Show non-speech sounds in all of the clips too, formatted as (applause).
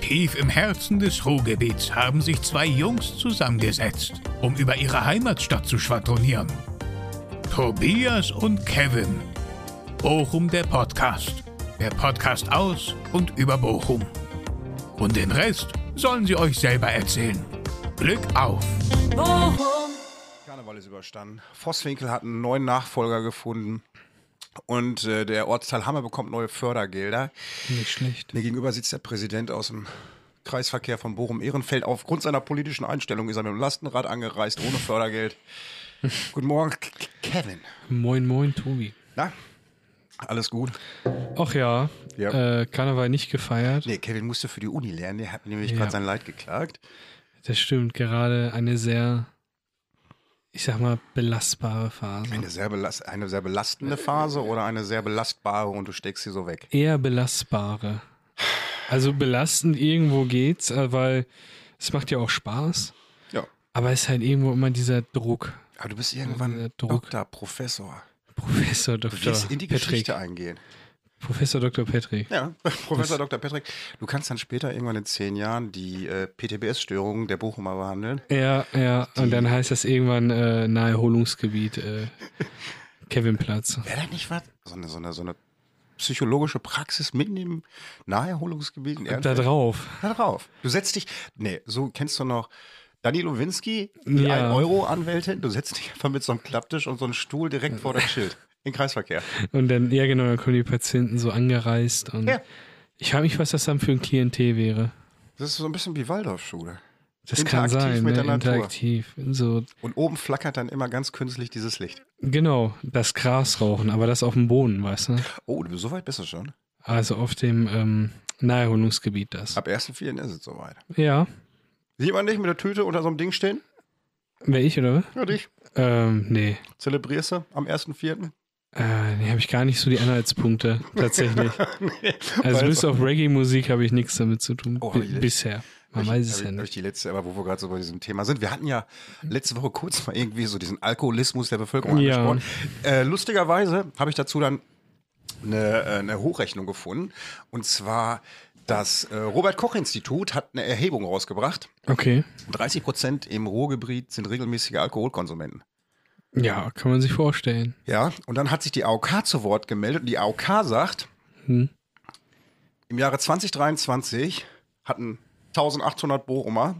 Tief im Herzen des Ruhrgebiets haben sich zwei Jungs zusammengesetzt, um über ihre Heimatstadt zu schwadronieren. Tobias und Kevin. Bochum der Podcast. Der Podcast aus und über Bochum. Und den Rest sollen sie euch selber erzählen. Glück auf! Karneval ist überstanden. Vosswinkel hat einen neuen Nachfolger gefunden. Und äh, der Ortsteil Hammer bekommt neue Fördergelder. Nicht schlecht. Mir gegenüber sitzt der Präsident aus dem Kreisverkehr von Bochum-Ehrenfeld. Aufgrund seiner politischen Einstellung ist er mit dem Lastenrad angereist, ohne (laughs) Fördergeld. Guten Morgen, K K- Kevin. Moin, moin, Tobi. Na, alles gut? Ach ja, Ja. Äh, Karneval nicht gefeiert. Nee, Kevin musste für die Uni lernen. Der hat nämlich Ja. gerade sein Leid geklagt. Das stimmt, gerade eine sehr, ich sag mal, belastbare Phase. Eine sehr, belast eine sehr belastende Phase oder eine sehr belastbare und du steckst sie so weg. Eher belastbare. Also belastend irgendwo geht's, äh, weil es macht ja auch Spaß. Ja. Aber es ist halt irgendwo immer dieser Druck. (laughs) Aber du bist irgendwann Der Druck. Doktor, Professor. Professor Dr. Du willst in die Patrick. Geschichte eingehen. Professor Dr. Patrick. Ja, (laughs) Professor Dr. Patrick, du kannst dann später irgendwann in zehn Jahren die äh, PTBS-Störungen der Bochumer behandeln. Ja, ja. Und dann heißt das irgendwann äh, Naherholungsgebiet (laughs) äh, Kevinplatz. Wäre das nicht was? So eine, so eine, so eine psychologische Praxis mitten im Naherholungsgebiet in Da Ehrenfeld. drauf. Da drauf. Du setzt dich, nee, so kennst du noch Dani Lewinsky, die Ja. 1-Euro-Anwältin, du setzt dich einfach mit so einem Klapptisch und so einem Stuhl direkt vor das Schild. Im Kreisverkehr. Und dann, ja genau, dann kommen die Patienten so angereist und Ja. ich frage mich, was das dann für ein Klientel wäre. Das ist so ein bisschen wie Waldorfschule. Das kann Interaktiv sein, mit ne? der Natur. interaktiv. So, Und oben flackert dann immer ganz künstlich dieses Licht. genau, das Gras rauchen, aber das auf dem Boden, weißt du? Oh, du bist so weit bist du schon. Also auf dem ähm, Naherholungsgebiet das. Ab 1.4. ist es soweit. Ja, Sieht man dich mit der Tüte unter so einem Ding stehen? wer ich oder? was? Ja, dich. Ähm, nee. Zelebrierst du am (laughs) 1.4.? Äh, nee, habe ich gar nicht so die Anhaltspunkte, (laughs) tatsächlich. also Weil- bis auf Reggae-Musik habe ich nichts damit zu tun. Oh, bi- ich- bisher. Man Hab weiß ich, es hab ja ich, hab ich nicht. die letzte, aber wo wir gerade so bei diesem Thema sind. Wir hatten ja letzte Woche kurz mal irgendwie so diesen Alkoholismus der Bevölkerung Ja. angesprochen. Äh, lustigerweise habe ich dazu dann eine, äh, eine Hochrechnung gefunden. Und zwar das äh, Robert-Koch-Institut hat eine Erhebung rausgebracht. Okay. 30 Prozent im Ruhrgebiet sind regelmäßige Alkoholkonsumenten. Ja, kann man sich vorstellen. Ja, und dann hat sich die AOK zu Wort gemeldet und die AOK sagt, Hm. im Jahre 2023 hatten 1800 Bochumer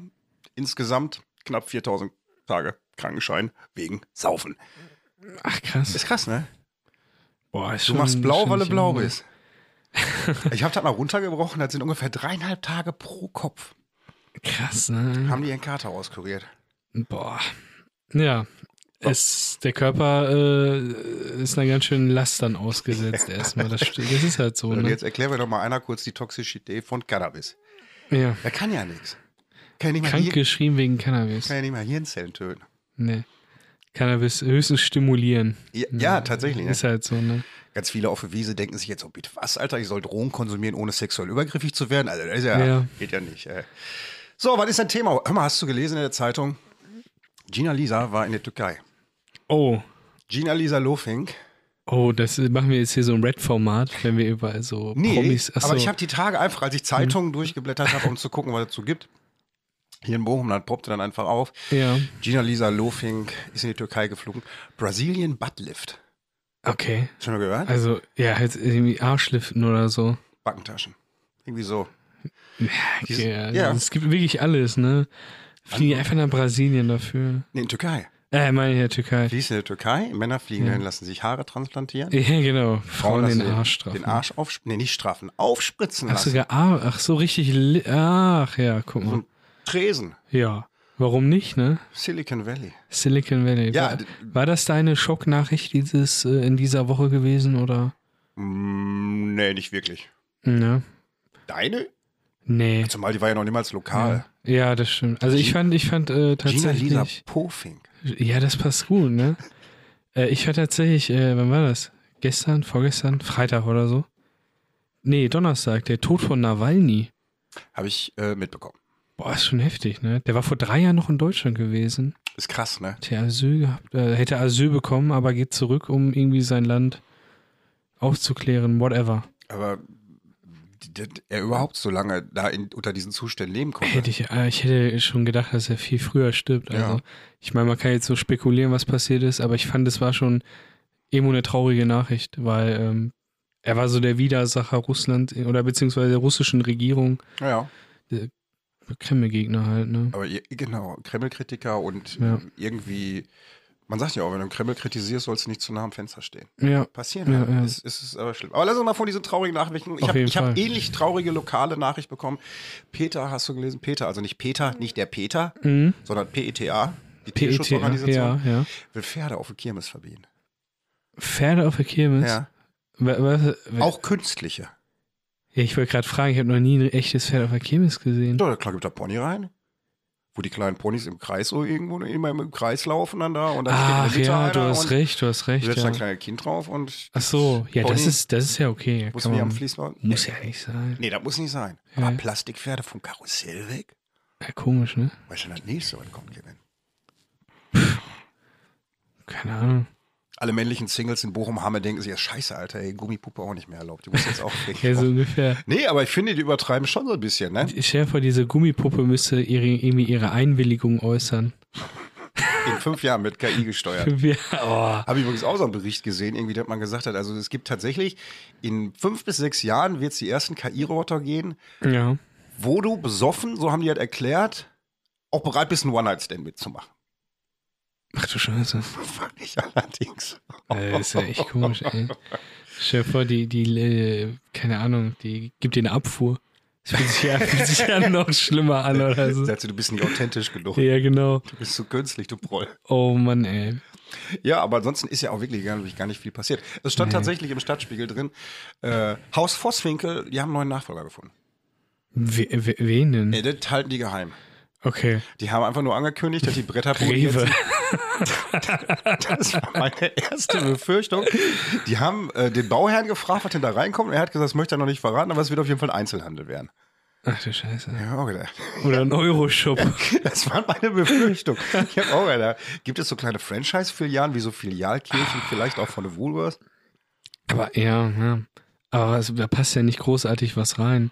insgesamt knapp 4000 Tage Krankenschein wegen Saufen. Ach krass. Ist krass, ne? Hm, Boah, ist Du schon- machst blau, schon weil du nicht blau ohne. (laughs) bist. ich habe das mal runtergebrochen, das sind ungefähr dreieinhalb Tage pro Kopf. Krass, ne? Haben die ihren Kater auskuriert. Boah. Ja. Oh. Es, der Körper äh, ist einer ganz schönen Last dann ausgesetzt erstmal. Das, st- das ist halt so, Und ne? jetzt erklären wir doch mal einer kurz die toxische Idee von Cannabis. Ja. Der kann ja nichts. Kann ja nicht mal, Krank Hirn, geschrieben wegen Cannabis. kann ja nicht mal Hirnzellen töten. Nee. Cannabis höchstens stimulieren. Ja, Ne? ja, tatsächlich. Ne? Ist halt so, ne? Ganz viele auf der Wiese denken sich jetzt, oh bitte, was, Alter, ich soll Drogen konsumieren, ohne sexuell übergriffig zu werden? Also, das ist ja, Ja. geht ja nicht. Ey. So, was ist dein Thema? Hör mal, hast du gelesen in der Zeitung? Gina Lisa war in der Türkei. Oh. Gina Lisa Lofink. Oh, das machen wir jetzt hier so ein Red-Format, wenn wir überall so Nee, Promis. Ach aber so. Hm. ich habe die Tage einfach, als ich Zeitungen durchgeblättert habe, um zu gucken, was es dazu gibt. Hier in Bochum, dann poppte dann einfach auf. Ja. Gina Lisa Lofink ist in die Türkei geflogen. Brazilian Buttlift. Okay. Schon mal gehört? Also, ja, jetzt irgendwie Arschliften oder so. Backentaschen. Irgendwie so. Okay, ja. ja. Es gibt wirklich alles, ne? Fliegen die einfach nach Brasilien dafür. Nee, in Türkei. Äh, meine ich ja Türkei. Fließt in der Türkei. Männer fliegen dahin, lassen sich Haare transplantieren. (laughs) Ja, genau. Frauen lassen den Arsch straffen. Den Arsch aufspritzen. Nee, nicht straffen. Aufspritzen Ach, lassen. sogar Ar Ach so, richtig. li- Ach ja, guck Also mal. Tresen. Ja. Warum nicht, ne? Silicon Valley. Silicon Valley. Ja, war, d- war das deine Schocknachricht dieses, äh, in dieser Woche gewesen oder? Mm, nee, nicht wirklich. Ne? Deine? Nee. Zumal die war ja noch niemals lokal. Ja, das stimmt. Also ich Gina- fand, ich fand äh, Gina tatsächlich. Lisa Pofink. Ja, das passt gut, ne? äh, ich war tatsächlich, äh, wann war das? Gestern, vorgestern, Freitag oder so? Nee, Donnerstag, der Tod von Nawalny. Habe ich äh, mitbekommen. Boah, ist schon heftig, ne? Der war vor drei Jahren noch in Deutschland gewesen. Ist krass, ne? Hätte Asyl, gehabt, äh, hätte Asyl bekommen, aber geht zurück, um irgendwie sein Land aufzuklären, whatever. Aber dass er überhaupt so lange da in, unter diesen Zuständen leben konnte. Hätte ich, äh, ich hätte schon gedacht, dass er viel früher stirbt. Also, Ja. ich meine, man kann jetzt so spekulieren, was passiert ist, aber ich fand, es war schon irgendwo eine traurige Nachricht, weil ähm, er war so der Widersacher Russland äh, oder beziehungsweise der russischen Regierung, Ja, ja. Kreml-Gegner halt, ne? Aber ihr- genau, Kreml-Kritiker und Ja. irgendwie, man sagt ja auch, wenn du den Kreml kritisierst, sollst du nicht zu nah am Fenster stehen. Ja, Passieren. Ja, Ja, ja. Es, es ist aber schlimm. Aber lass uns mal von diesen traurigen Nachrichten. Ich Auf habe jeden hab Fall. ähnlich traurige lokale Nachricht bekommen. Peter, hast du gelesen? Peter, also nicht Peter, nicht der Peter, Mhm. sondern PETA, die PET, ja, Tierschutzorganisation, E ja. will Pferde auf der Kirmes verbieten. Pferde auf der Kirmes? Ja. Wa- wa- wa- Auch künstliche. Ja, ich wollte gerade fragen, ich habe noch nie ein echtes Pferd auf der Kirmes gesehen. Ja, klar gibt da Pony rein. Wo die kleinen Ponys im Kreis so irgendwo immer im Kreis laufen dann da und dann Ach steht in der Mitte ja, einer du hast und recht, du hast recht. setzt Ja. ein kleines Kind drauf und Ach so, ja, das Pony ist, das ist ja okay. Ja, muss kann wie am man- Fließband. muss ja nicht sein. Nee, das muss nicht sein. Ja. Aber Plastikpferde vom Karussell weg? Ja, komisch, ne? Weißt du, das nächste, was kommt, Kevin? Keine Ahnung. Alle männlichen Singles in Bochum haben denken sich, ja scheiße, Alter, ey, Gummipuppe auch nicht mehr erlaubt. Die muss (laughs) jetzt auch weg. Ja, so ungefähr. Nee, aber ich finde, die übertreiben schon so ein bisschen, ne? Ich stell dir vor, diese Gummipuppe müsste ihre, irgendwie ihre Einwilligung äußern. In fünf Jahren mit KI gesteuert. (laughs) (laughs) Wir, oh, Habe ich übrigens auch so einen Bericht gesehen, irgendwie, dass man gesagt hat, also es gibt tatsächlich, in fünf bis sechs Jahren wird es die ersten KI-Roboter gehen, ja. wo du besoffen, so haben die halt erklärt, auch bereit bist, einen One-Night-Stand mitzumachen. (laughs) Ach du Scheiße. Fand ich allerdings. Äh, ist ja (laughs) echt komisch, ey. Stell dir vor, die, die, äh, keine Ahnung, die gibt dir eine Abfuhr. Das fühlt sich ja, (laughs) fühlt sich ja noch schlimmer an oder so. Sagst du, du bist nicht authentisch (laughs) genug. Ja, genau. Du bist so künstlich, du Proll. Oh Mann, ey. Ja, aber ansonsten ist ja auch wirklich gar nicht, gar nicht viel passiert. Es stand tatsächlich im Stadtspiegel drin, äh, Haus Vosswinkel, die haben einen neuen Nachfolger gefunden. We, we, wen Nee, denn? das halten die geheim. Okay. Die haben einfach nur angekündigt, dass die Bretterbude Rewe. jetzt- Das war meine erste Befürchtung. Die haben äh, den Bauherrn gefragt, was denn da reinkommt. Und er hat gesagt, das möchte er noch nicht verraten, aber es wird auf jeden Fall ein Einzelhandel werden. (laughs) Ach du Scheiße. Ja, auch gedacht. Oder ein (laughs) Euroshop. Das war meine Befürchtung. Ich habe auch gedacht, gibt es so kleine Franchise-Filialen, wie so Filialkirchen, vielleicht auch von der Woolworth? Aber ja, ja. Aber es, da passt ja nicht großartig was rein.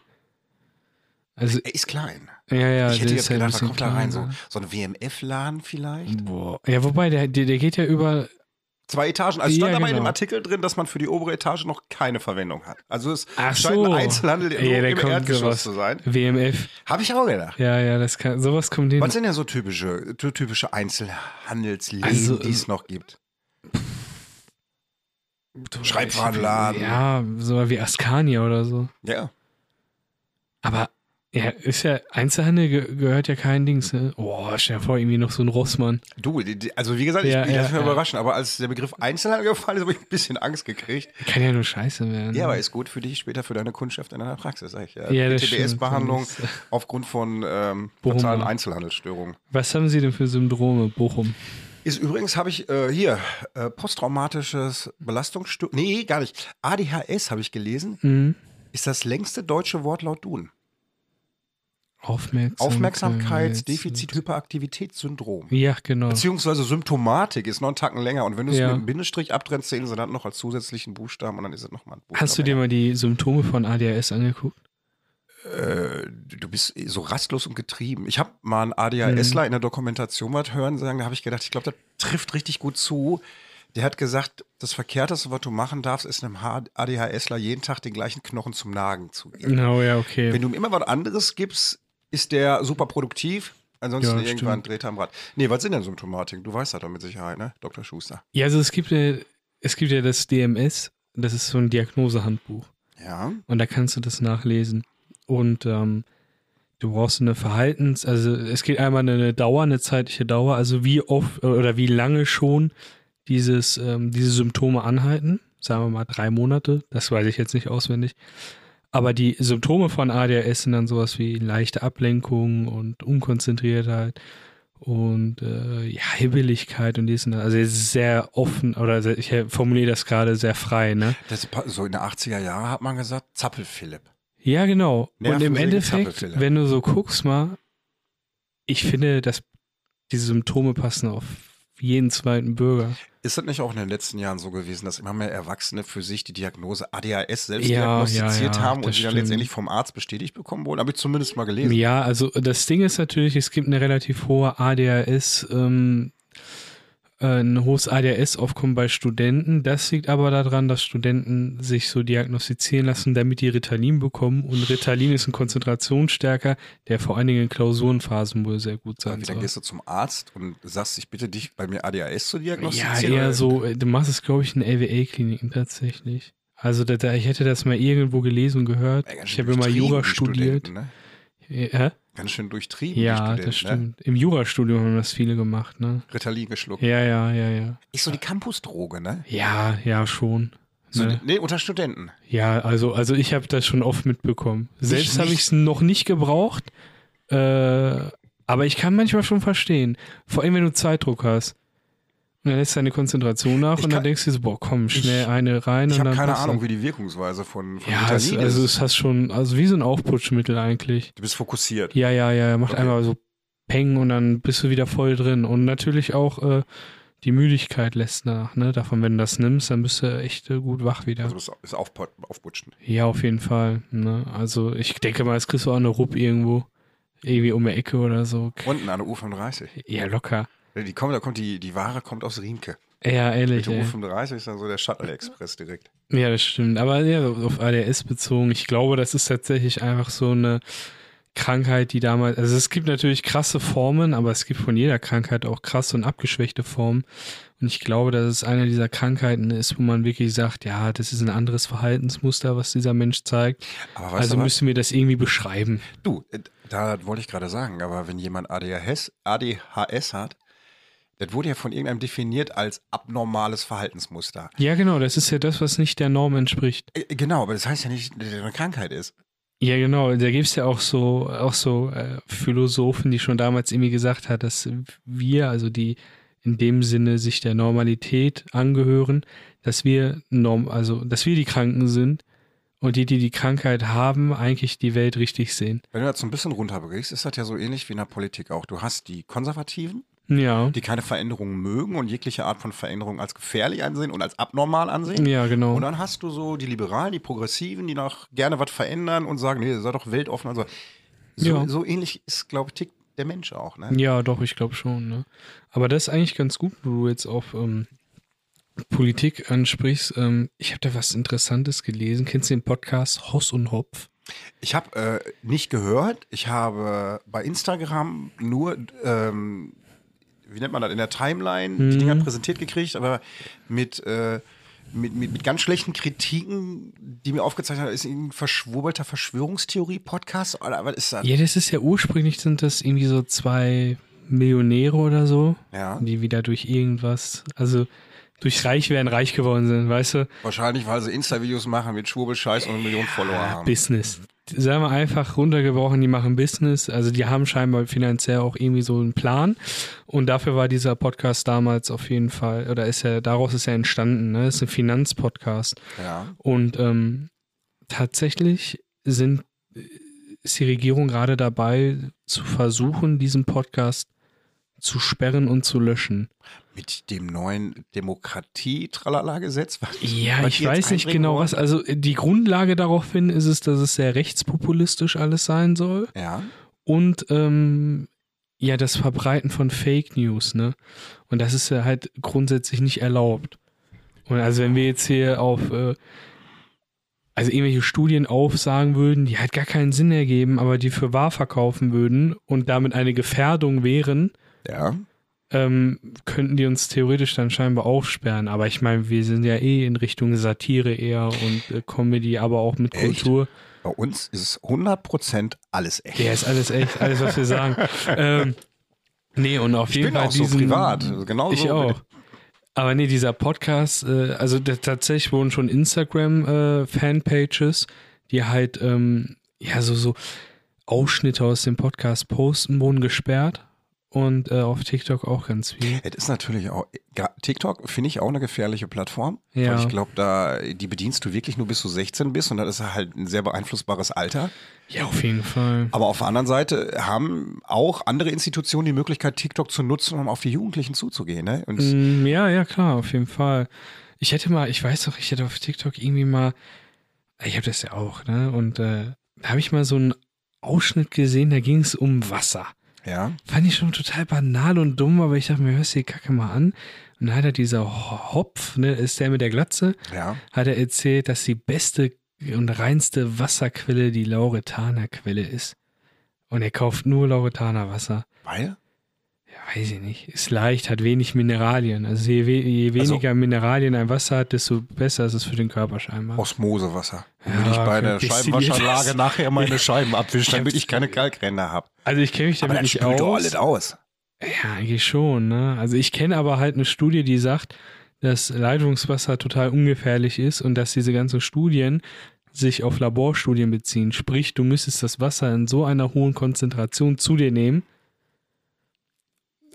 Also, Er ist klein. ja, ja. Ich hätte das ist jetzt ja ein gedacht, da bisschen kommt da rein so, kleiner. so ein WMF-Laden vielleicht. Boah. Ja, wobei, der, der, der geht ja über. Zwei Etagen. Also stand Ja, aber in genau. dem Artikel drin, dass man für die obere Etage noch keine Verwendung hat. Also es Ach scheint so. ein Einzelhandel Ja, nur da im kommt Erdgeschoss sowas. zu sein. WMF. Habe ich auch gedacht. Ja, ja, das kann, sowas kommt hin. Was sind denn so typische, ty- typische Einzelhandelsläden, Also, die es noch gibt? Du- Schreibwarenladen. Ja, sowas wie Askania oder so. Ja. Aber ja, ist ja, Einzelhandel ge gehört ja kein Dings, ne? Boah, stell dir vor, irgendwie noch so ein Rossmann. Du, die- die- also wie gesagt, Ja, ich, ich ja, lasse mich ja. überraschen, aber als der Begriff Einzelhandel gefallen ist, habe ich ein bisschen Angst gekriegt. Kann ja nur scheiße werden. Ja, aber ist gut für dich später für deine Kundschaft in deiner Praxis, sag ich. Ja, Mhm. E Ja, das TBS-Behandlung stimmt. aufgrund von ähm, Bochum, fatalen ja. Einzelhandelsstörungen. Was haben sie denn für Syndrome, Bochum? Ist übrigens, habe ich äh, hier, äh, posttraumatisches Belastungsstörung. Nee, gar nicht. ADHS habe ich gelesen, Mhm. ist das längste deutsche Wort laut DUN. Aufmerksamkeit. Aufmerksamkeitsdefizit-Hyperaktivitätssyndrom. Ja, genau. Beziehungsweise Symptomatik ist noch einen Tacken länger. Und wenn du es Ja. mit einem Bindestrich abtrennst, sehen sie dann noch als zusätzlichen Buchstaben und dann ist es nochmal ein Buchstaben. Hast du dir mal die Symptome von ADHS angeguckt? äh, du bist so rastlos und getrieben. Ich habe mal einen Mhm. ADHSler in der Dokumentation was hören sagen, da habe ich gedacht, ich glaube, das trifft richtig gut zu. Der hat gesagt, das Verkehrteste, was du machen darfst, ist einem H- ADHSler jeden Tag den gleichen Knochen zum Nagen zu geben. No, Oh ja, okay. Wenn du ihm immer was anderes gibst, ist der super produktiv. Ansonsten Ja, irgendwann stimmt. dreht er am Rad. Nee, was sind denn Symptomatiken? Du weißt das doch mit Sicherheit, ne? Dr. Schuster. Ja, also es gibt, ja, es gibt ja das DMS, das ist so ein Diagnosehandbuch. Ja. Und da kannst du das nachlesen. Und ähm, du brauchst eine Verhaltens-, also es geht einmal eine- eine Dauer, eine zeitliche Dauer, also wie oft äh, oder wie lange schon dieses, ähm, diese Symptome anhalten. Sagen wir mal drei Monate, das weiß ich jetzt nicht auswendig. Aber die Symptome von ADHS sind dann sowas wie leichte Ablenkung und Unkonzentriertheit und äh, ja, Hibbeligkeit und dies und das. Also es ist sehr offen, oder sehr, ich formuliere das gerade sehr frei, ne? Das, pa- so in den 80er Jahren hat man gesagt, Zappel-Philipp. Ja, genau. Und im Nervensäge, Endeffekt, Zappelfiller. wenn du so guckst mal, ich finde, dass diese Symptome passen auf jeden zweiten Bürger. Ist das nicht auch in den letzten Jahren so gewesen, dass immer mehr Erwachsene für sich die Diagnose ADHS selbst Ja, diagnostiziert ja, ja, haben und das die dann stimmt. letztendlich vom Arzt bestätigt bekommen wurden? Habe ich zumindest mal gelesen. Ja, also das Ding ist natürlich, es gibt eine relativ hohe ADHS, ähm, äh, ein hohes ADHS-Aufkommen bei Studenten. Das liegt aber daran, dass Studenten sich so diagnostizieren lassen, damit die Ritalin bekommen. Und Ritalin ist ein Konzentrationsstärker, der vor allen Dingen in Klausurenphasen wohl sehr gut sein Dann soll. gehst du zum Arzt und sagst, ich bitte dich, bei mir ADHS zu Ja, diagnostizieren. eher so, äh, du machst es, glaube ich, in LWA-Kliniken tatsächlich. Also da, da, ich hätte das mal irgendwo gelesen und gehört. Ja, ganz Ich schön habe immer Jura durchtrieben, die studiert. Studenten, Ne? Ja, Ganz schön durchtrieben. die ja Studenten, das stimmt. Im Jurastudium haben das viele gemacht, ne? Ne? Ritalin geschluckt. Ja, ja, ja, ja. Ist so die Campusdroge, ne? Ja, ja, schon. So ne? die, nee, unter Studenten. Ja, also, also ich habe das schon oft mitbekommen. Selbst habe nicht- ich es noch nicht gebraucht, äh, aber ich kann manchmal schon verstehen. Vor allem, wenn du Zeitdruck hast. Und dann lässt deine Konzentration nach Ich und dann kann- denkst du so, boah, komm, schnell Ich- eine rein Ich und habe dann keine passt Ahnung, Ne, das. wie die Wirkungsweise von, von Ja, es, Ritalin also ist. es hast schon, also wie so ein Aufputschmittel eigentlich. Du bist fokussiert. Ja, ja, ja, macht Okay. einmal so Peng und dann bist du wieder voll drin. Und natürlich auch äh, die Müdigkeit lässt nach, ne? Davon, wenn du das nimmst, dann bist du echt äh, gut wach wieder. Also das ist aufput, aufputschen. ja, auf jeden Fall. Ne? Also ich denke mal, es kriegst du auch eine Rupp irgendwo. Irgendwie um die Ecke oder so. Unten an der U35. Ja, locker. Die kommen, da kommt die, die Ware kommt aus Riemke. Ja, Mit ehrlich. der Ey. U35 ist dann so der Shuttle Express direkt. Ja, das stimmt. Aber ja, auf ADS bezogen, ich glaube, das ist tatsächlich einfach so eine Krankheit, die damals. Also es gibt natürlich krasse Formen, aber es gibt von jeder Krankheit auch krasse und abgeschwächte Formen. Und ich glaube, dass es eine dieser Krankheiten ist, wo man wirklich sagt, ja, das ist ein anderes Verhaltensmuster, was dieser Mensch zeigt. Aber weißt Also du, was? müssen wir das irgendwie beschreiben. du, äh, da wollte ich gerade sagen, aber wenn jemand ADHS, ADHS hat, das wurde ja von irgendeinem definiert als abnormales Verhaltensmuster. Ja, genau, das ist ja das, was nicht der Norm entspricht. Äh, Genau, aber das heißt ja nicht, dass es eine Krankheit ist. Ja, genau. Da gibt's ja auch so, auch so äh, Philosophen, die schon damals irgendwie gesagt hat, dass wir, also die in dem Sinne sich der Normalität angehören, dass wir norm, also dass wir die Kranken sind und die, die die Krankheit haben, eigentlich die Welt richtig sehen. Wenn du das so ein bisschen runterbrichst, ist das ja so ähnlich wie in der Politik auch. Du hast die Konservativen, Ja, die keine Veränderungen mögen und jegliche Art von Veränderung als gefährlich ansehen und als abnormal ansehen. ja, genau. Und dann hast du so die Liberalen, die Progressiven, die noch gerne was verändern und sagen, nee, sei doch weltoffen. Also so, Ja. so ähnlich ist, glaube ich, tickt der Mensch auch. Ne? Ja, doch, ich glaube schon. Ne? Aber das ist eigentlich ganz gut, wo du jetzt auf ähm, Politik ansprichst. Ähm, ich habe da was Interessantes gelesen. Kennst du den Podcast Hoss und Hopf? Ich habe äh, nicht gehört. Ich habe bei Instagram nur, ähm, wie nennt man das, in der Timeline die Dinger Mhm. präsentiert gekriegt, aber mit, äh, mit, mit, mit ganz schlechten Kritiken, die mir aufgezeichnet haben, ist ein verschwurbelter Verschwörungstheorie-Podcast. Oder was ist das? Ja, das ist ja ursprünglich sind das irgendwie so zwei Millionäre oder so, Ja. die wieder durch irgendwas, also durch reich werden reich geworden sind, weißt du? Wahrscheinlich, weil sie Insta-Videos machen mit Schwurbelscheiß und eine Million Follower haben. Business. Sagen wir einfach runtergebrochen, die machen Business, also die haben scheinbar finanziell auch irgendwie so einen Plan und dafür war dieser Podcast damals auf jeden Fall, oder ist ja, daraus ist er entstanden, ne? Ist ein Finanzpodcast. Ja. Und ähm, tatsächlich sind, äh, ist die Regierung gerade dabei, zu versuchen, diesen Podcast zu sperren und zu löschen. Mit dem neuen Demokratie-Tralala-Gesetz? was- Ja, was ich die jetzt weiß nicht einbringen genau wollen? was. Also äh, die Grundlage daraufhin ist es, dass es sehr rechtspopulistisch alles sein soll. Ja. Und ähm, ja, das Verbreiten von Fake News, ne? Und das ist ja halt grundsätzlich nicht erlaubt. Und also wenn wir jetzt hier auf äh, also irgendwelche Studien aufsagen würden, die halt gar keinen Sinn ergeben, aber die für wahr verkaufen würden und damit eine Gefährdung wären, Ja. ähm, könnten die uns theoretisch dann scheinbar aufsperren. Aber ich meine, wir sind ja eh in Richtung Satire eher und äh, Comedy, aber auch mit Echt? Kultur. Bei uns ist es 100% alles echt. Ja, ist alles echt, alles, was wir (laughs) sagen. ähm, nee, und auf ich jeden bin Fall auch so diesen, privat. Also Genau Ich so. auch. Aber nee, dieser Podcast, äh, also da, tatsächlich wurden schon Instagram-Fanpages, die halt, ähm, ja, so, so Ausschnitte aus dem Podcast posten, wurden gesperrt. und äh, auf TikTok auch ganz viel. Es ist natürlich auch, gra- TikTok finde ich auch eine gefährliche Plattform. Ja. Weil ich glaube, da, die bedienst du wirklich nur bis du 16 bist und das ist halt ein sehr beeinflussbares Alter. Ja, auf jeden Fall. Aber auf der anderen Seite haben auch andere Institutionen die Möglichkeit, TikTok zu nutzen, um auf die Jugendlichen zuzugehen. Ne? Und Mm, Ja, ja, klar, auf jeden Fall. Ich hätte mal, ich weiß doch, ich hätte auf TikTok irgendwie mal, ich habe das ja auch, ne? Und äh, da habe ich mal so einen Ausschnitt gesehen, da ging es um Wasser. ja, Fand ich schon total banal und dumm, aber ich dachte mir, hörst du die Kacke mal an? Und dann hat er dieser Hopf, ne, ist der mit der Glatze, ja. hat er erzählt, dass die beste und reinste Wasserquelle die Lauretaner Quelle ist. Und er kauft nur Lauretaner Wasser. Weil? Ja, weiß ich nicht. Ist leicht, hat wenig Mineralien. Also je, we je Also- weniger Mineralien ein Wasser hat, desto besser ist es für den Körper scheinbar. Osmosewasser. Ja, Damit ich bei okay. der Scheibenwaschanlage Destilliert. nachher meine Scheiben abwische, Ich damit hab's- ich keine Kalkränder habe. Also ich kenne mich damit nicht spült doch aus. alles aus. Ja, eigentlich schon. Ne? Also ich kenne aber halt eine Studie, die sagt, dass Leitungswasser total ungefährlich ist und dass diese ganzen Studien sich auf Laborstudien beziehen. Sprich, du müsstest das Wasser in so einer hohen Konzentration zu dir nehmen.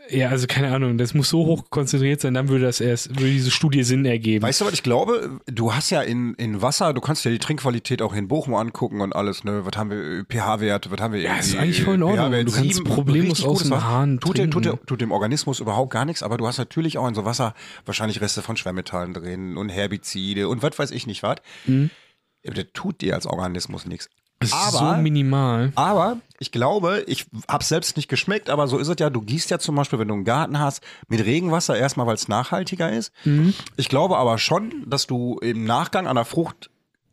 Ja, also keine Ahnung, das muss so hoch konzentriert sein, dann würde das erst, würde diese Studie Sinn ergeben. Weißt du, was ich glaube? Du hast ja in, in Wasser, du kannst ja die Trinkqualität auch in Bochum angucken und alles, ne? Was haben wir, pH-Wert, was haben wir Ja, irgendwie, ist eigentlich voll in äh, Ordnung. pH-Wert Du kannst sieben, problemlos richtig aus gutes dem Wasser. Hahn tut, dem- tut, trinken. der- tut dem Organismus überhaupt gar nichts, aber du hast natürlich auch in so Wasser wahrscheinlich Reste von Schwermetallen drin und Herbizide und was weiß ich nicht was. Mhm. Ja, Der tut dir als Organismus nichts. das ist so aber- minimal. Aber ich glaube, ich hab's selbst nicht geschmeckt, aber so ist es ja. Du gießt ja zum Beispiel, wenn du einen Garten hast, mit Regenwasser erstmal, weil es nachhaltiger ist. Mhm. Ich glaube aber schon, dass du im Nachgang an der Frucht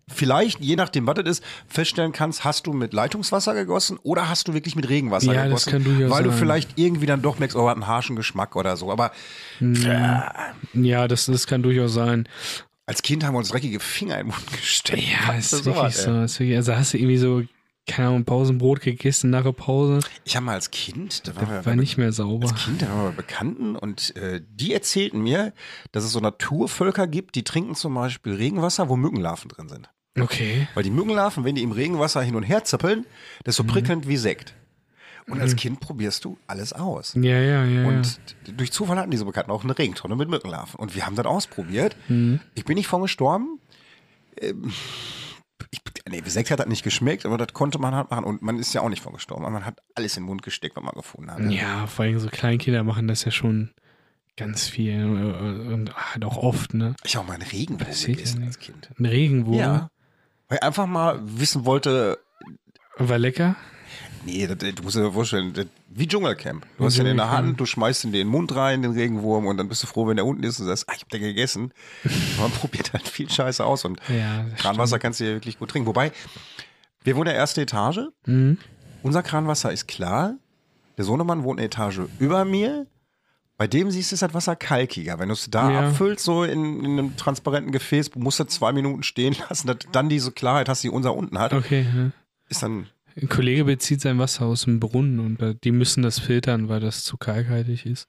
vielleicht, je nachdem, was es ist, feststellen kannst, hast du mit Leitungswasser gegossen oder hast du wirklich mit Regenwasser Ja, das gegossen. kann durchaus weil du sein. vielleicht irgendwie dann doch merkst, oh, hat einen harschen Geschmack oder so. Aber Ja, das, das kann durchaus sein. als Kind haben wir uns dreckige Finger in den Mund gesteckt. Ja, Was ist ist wirklich sowas, so. Ist wirklich, also hast du irgendwie so, keine Ahnung, Pausenbrot gegessen nach der Pause, Ich habe mal als Kind, da waren wir war nicht mehr sauber. als Kind haben wir Bekannten und äh, die erzählten mir, dass es so Naturvölker gibt, die trinken zum Beispiel Regenwasser, wo Mückenlarven drin sind. Okay. Weil die Mückenlarven, wenn die im Regenwasser hin und her zappeln, das ist so Mhm. prickelnd wie Sekt. Und als Kind probierst du alles aus. Ja, ja, Mhm. ja. ja. Und durch Zufall hatten diese Bekannten auch eine Regentonne mit Mückenlarven. Und wir haben das ausprobiert. Mhm. Ich bin nicht von gestorben. Ähm, ich, nee, Sekt hat das nicht geschmeckt, aber das konnte man halt machen. Und man ist ja auch nicht von gestorben. Aber Man hat alles in den Mund gesteckt, was man gefunden hat. Ja, vor allem so Kleinkinder machen das ja schon ganz viel äh, und halt auch oft, ne? Ich habe auch mal einen Regenwurm Passiert gegessen ja als Kind. Ein Regenwurm. Ja. Weil ich einfach mal wissen wollte, War lecker. nee, das, du musst dir das vorstellen, das, wie Dschungelcamp. Du hast den in der Dschungelcamp. Hand, du schmeißt ihn dir in den Mund rein, den Regenwurm, und dann bist du froh, wenn der unten ist und sagst, ah, ich hab den gegessen. (laughs) Man probiert halt viel Scheiße aus und Ja, das Kranwasser kannst du ja wirklich gut trinken. Wobei, wir wohnen in der ersten Etage, Mhm. unser Kranwasser ist klar, der Sohnemann wohnt eine Etage über mir. Bei dem siehst du, ist das Wasser kalkiger. Wenn du es da Ja. abfüllst, so in, in einem transparenten Gefäß, musst du zwei Minuten stehen lassen, dass dann diese Klarheit hast, die unser unten hat. Okay. Ja. ist dann, Ein Kollege bezieht sein Wasser aus dem Brunnen und äh, die müssen das filtern, weil das zu kalkhaltig ist.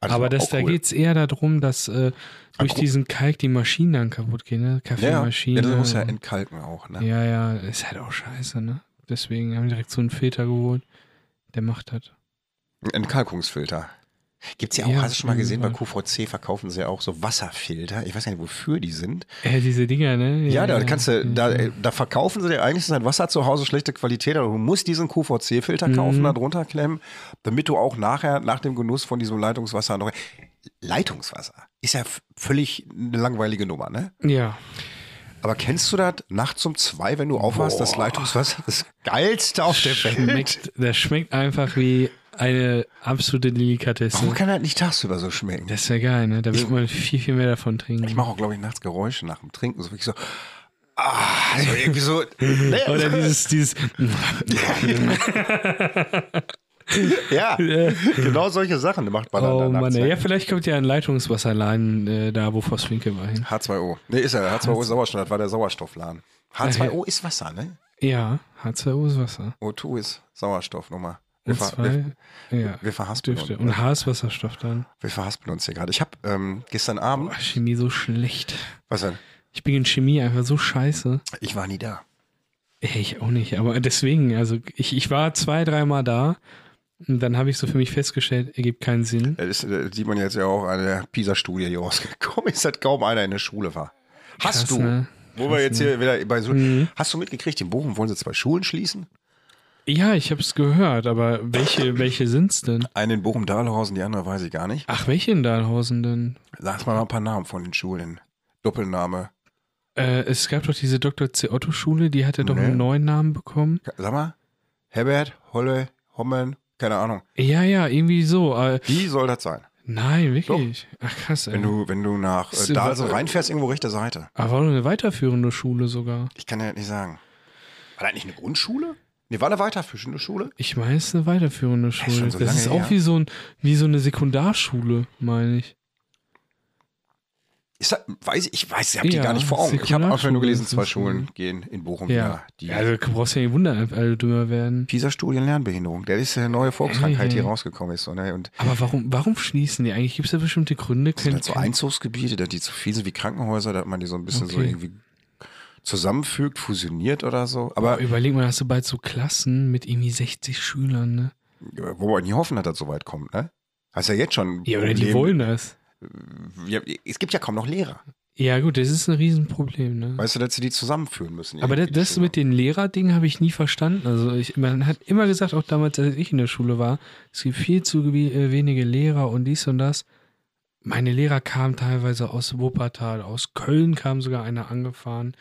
also Aber das, auch da cool. geht's eher darum, dass äh, durch gro- diesen Kalk die Maschinen dann kaputt gehen, ne? ja, ja, Kaffeemaschine. ja, das muss ja entkalken auch. Ne? ja, ja, ist halt auch scheiße, ne? Deswegen haben wir direkt so einen Filter geholt, der macht halt, das. Ein Entkalkungsfilter. Gibt's ja auch, Ja, hast du schon mal auf gesehen, jeden bei QVC verkaufen sie ja auch so Wasserfilter. Ich weiß gar nicht, wofür die sind. Äh, diese Dinger, ne? Ja, da kannst du, da, äh, ja. Mhm. da verkaufen sie dir eigentlich sein Wasser zu Hause schlechte Qualität, aber du musst diesen QVC-Filter Mhm. kaufen, da drunter klemmen, damit du auch nachher, nach dem Genuss von diesem Leitungswasser noch. Leitungswasser ist ja f- völlig eine langweilige Nummer, ne? Ja. Aber kennst du das nachts um zwei, wenn du aufwachst, das Leitungswasser, das geilste auf der Welt? Schmeckt, das schmeckt einfach wie eine absolute Warum Delikatesse. kann das nicht tagsüber so schmecken? Das ist ja geil, ne? Da wird man viel, viel mehr davon trinken. Ich mache auch, glaube ich, nachts Geräusche nach dem Trinken. So wirklich so. Ah, so (laughs) irgendwie so. ne, Oder so- dieses, (laughs) dieses. (laughs) ja, genau solche Sachen macht man dann Oh da Mann, nachts. ey. ne? ja, vielleicht kommt ja ein Leitungswasserladen äh, da, wo Vosswinkel war hin. H2O. Nee, ist ja. H2O ist Sauerstoff, das war der Sauerstoffladen. H2O ist Wasser, ne? Ja, H2O ist Wasser. O2 ist Sauerstoff nochmal. Wir, Und ver wir, zwei, ja, wir verhaspeln uns. Düfte. Und H ist Wasserstoff dann. Wir verhaspeln uns hier gerade. Ich habe ähm, gestern Abend. Ach, Chemie so schlecht. Was denn? Ich bin in Chemie einfach so scheiße. Ich war nie da. Ey, Ich auch nicht, aber deswegen, also ich, ich war zwei, dreimal da Und dann habe ich so für mich festgestellt, ergibt keinen Sinn. Das ist, äh, sieht man jetzt ja auch an der PISA-Studie, die rausgekommen (laughs) ist, dass kaum einer in der Schule war. Krass, Hast du, ne? wo wir Krass, jetzt hier wieder bei so, Mhm. hast du mitgekriegt, in Bochum wollen sie zwei Schulen schließen? Ja, ich habe es gehört, aber welche, welche sind's denn? Eine in Bochum-Dahlhausen, die andere weiß ich gar nicht. Ach, welche in Dahlhausen denn? Sag mal ein paar Namen von den Schulen. Doppelname. Äh, es gab doch diese Dr. C. Otto-Schule, die hatte doch Nee. einen neuen Namen bekommen. Sag mal, Herbert, Holle, Hommen, keine Ahnung. Ja, ja, irgendwie so. Äh, Wie soll das sein? nein, wirklich. Ach, krass, ey. Wenn du, wenn du nach Ist- äh, Dahlsen reinfährst, irgendwo rechte Seite. Aber war doch eine weiterführende Schule sogar. Ich kann dir das nicht sagen. War das nicht eine Grundschule? Nee, war eine weiterführende Schule? Ich meine, es ist eine weiterführende ist Schule. schon so das lange ist auch her. wie so, ein, wie so eine Sekundarschule, meine ich. Ist das, weiß ich, ich weiß, ich habe die Ja, gar nicht vor Augen. Ich habe einfach Sekundarschule nur gelesen, ist zwei das. Schulen gehen in Bochum Ja. wieder. Die ja also, du brauchst ja nicht wundern, alle dümmer also, werden. PISA-Studien Lernbehinderung. Das ist ja eine neue Volkskrankheit, die Ey. rausgekommen ist. ne? Und Aber warum, warum schließen die eigentlich? Gibt es da bestimmte Gründe? das sind Können, halt so Einzugsgebiete, dass die zu viel sind wie Krankenhäuser, dass man die so ein bisschen so Okay. irgendwie zusammenfügt, fusioniert oder so. Aber überleg mal, hast du bald so Klassen mit irgendwie 60 Schülern, ne? wo wir nie hoffen, dass das so weit kommt, ne? Hast ja jetzt schon. ein Ja, oder die Problem. wollen das. Ja, es gibt ja kaum noch Lehrer. Ja, gut, das ist ein Riesenproblem, ne? Weißt du, dass sie die zusammenführen müssen. Aber das, irgendwie, ne? die das Schüler. mit den Lehrerdingen habe ich nie verstanden. Also ich, man hat immer gesagt, auch damals, als ich in der Schule war, es gibt viel zu gewi- äh, wenige Lehrer und dies und das. Meine Lehrer kamen teilweise aus Wuppertal, aus Köln kam sogar einer angefahren.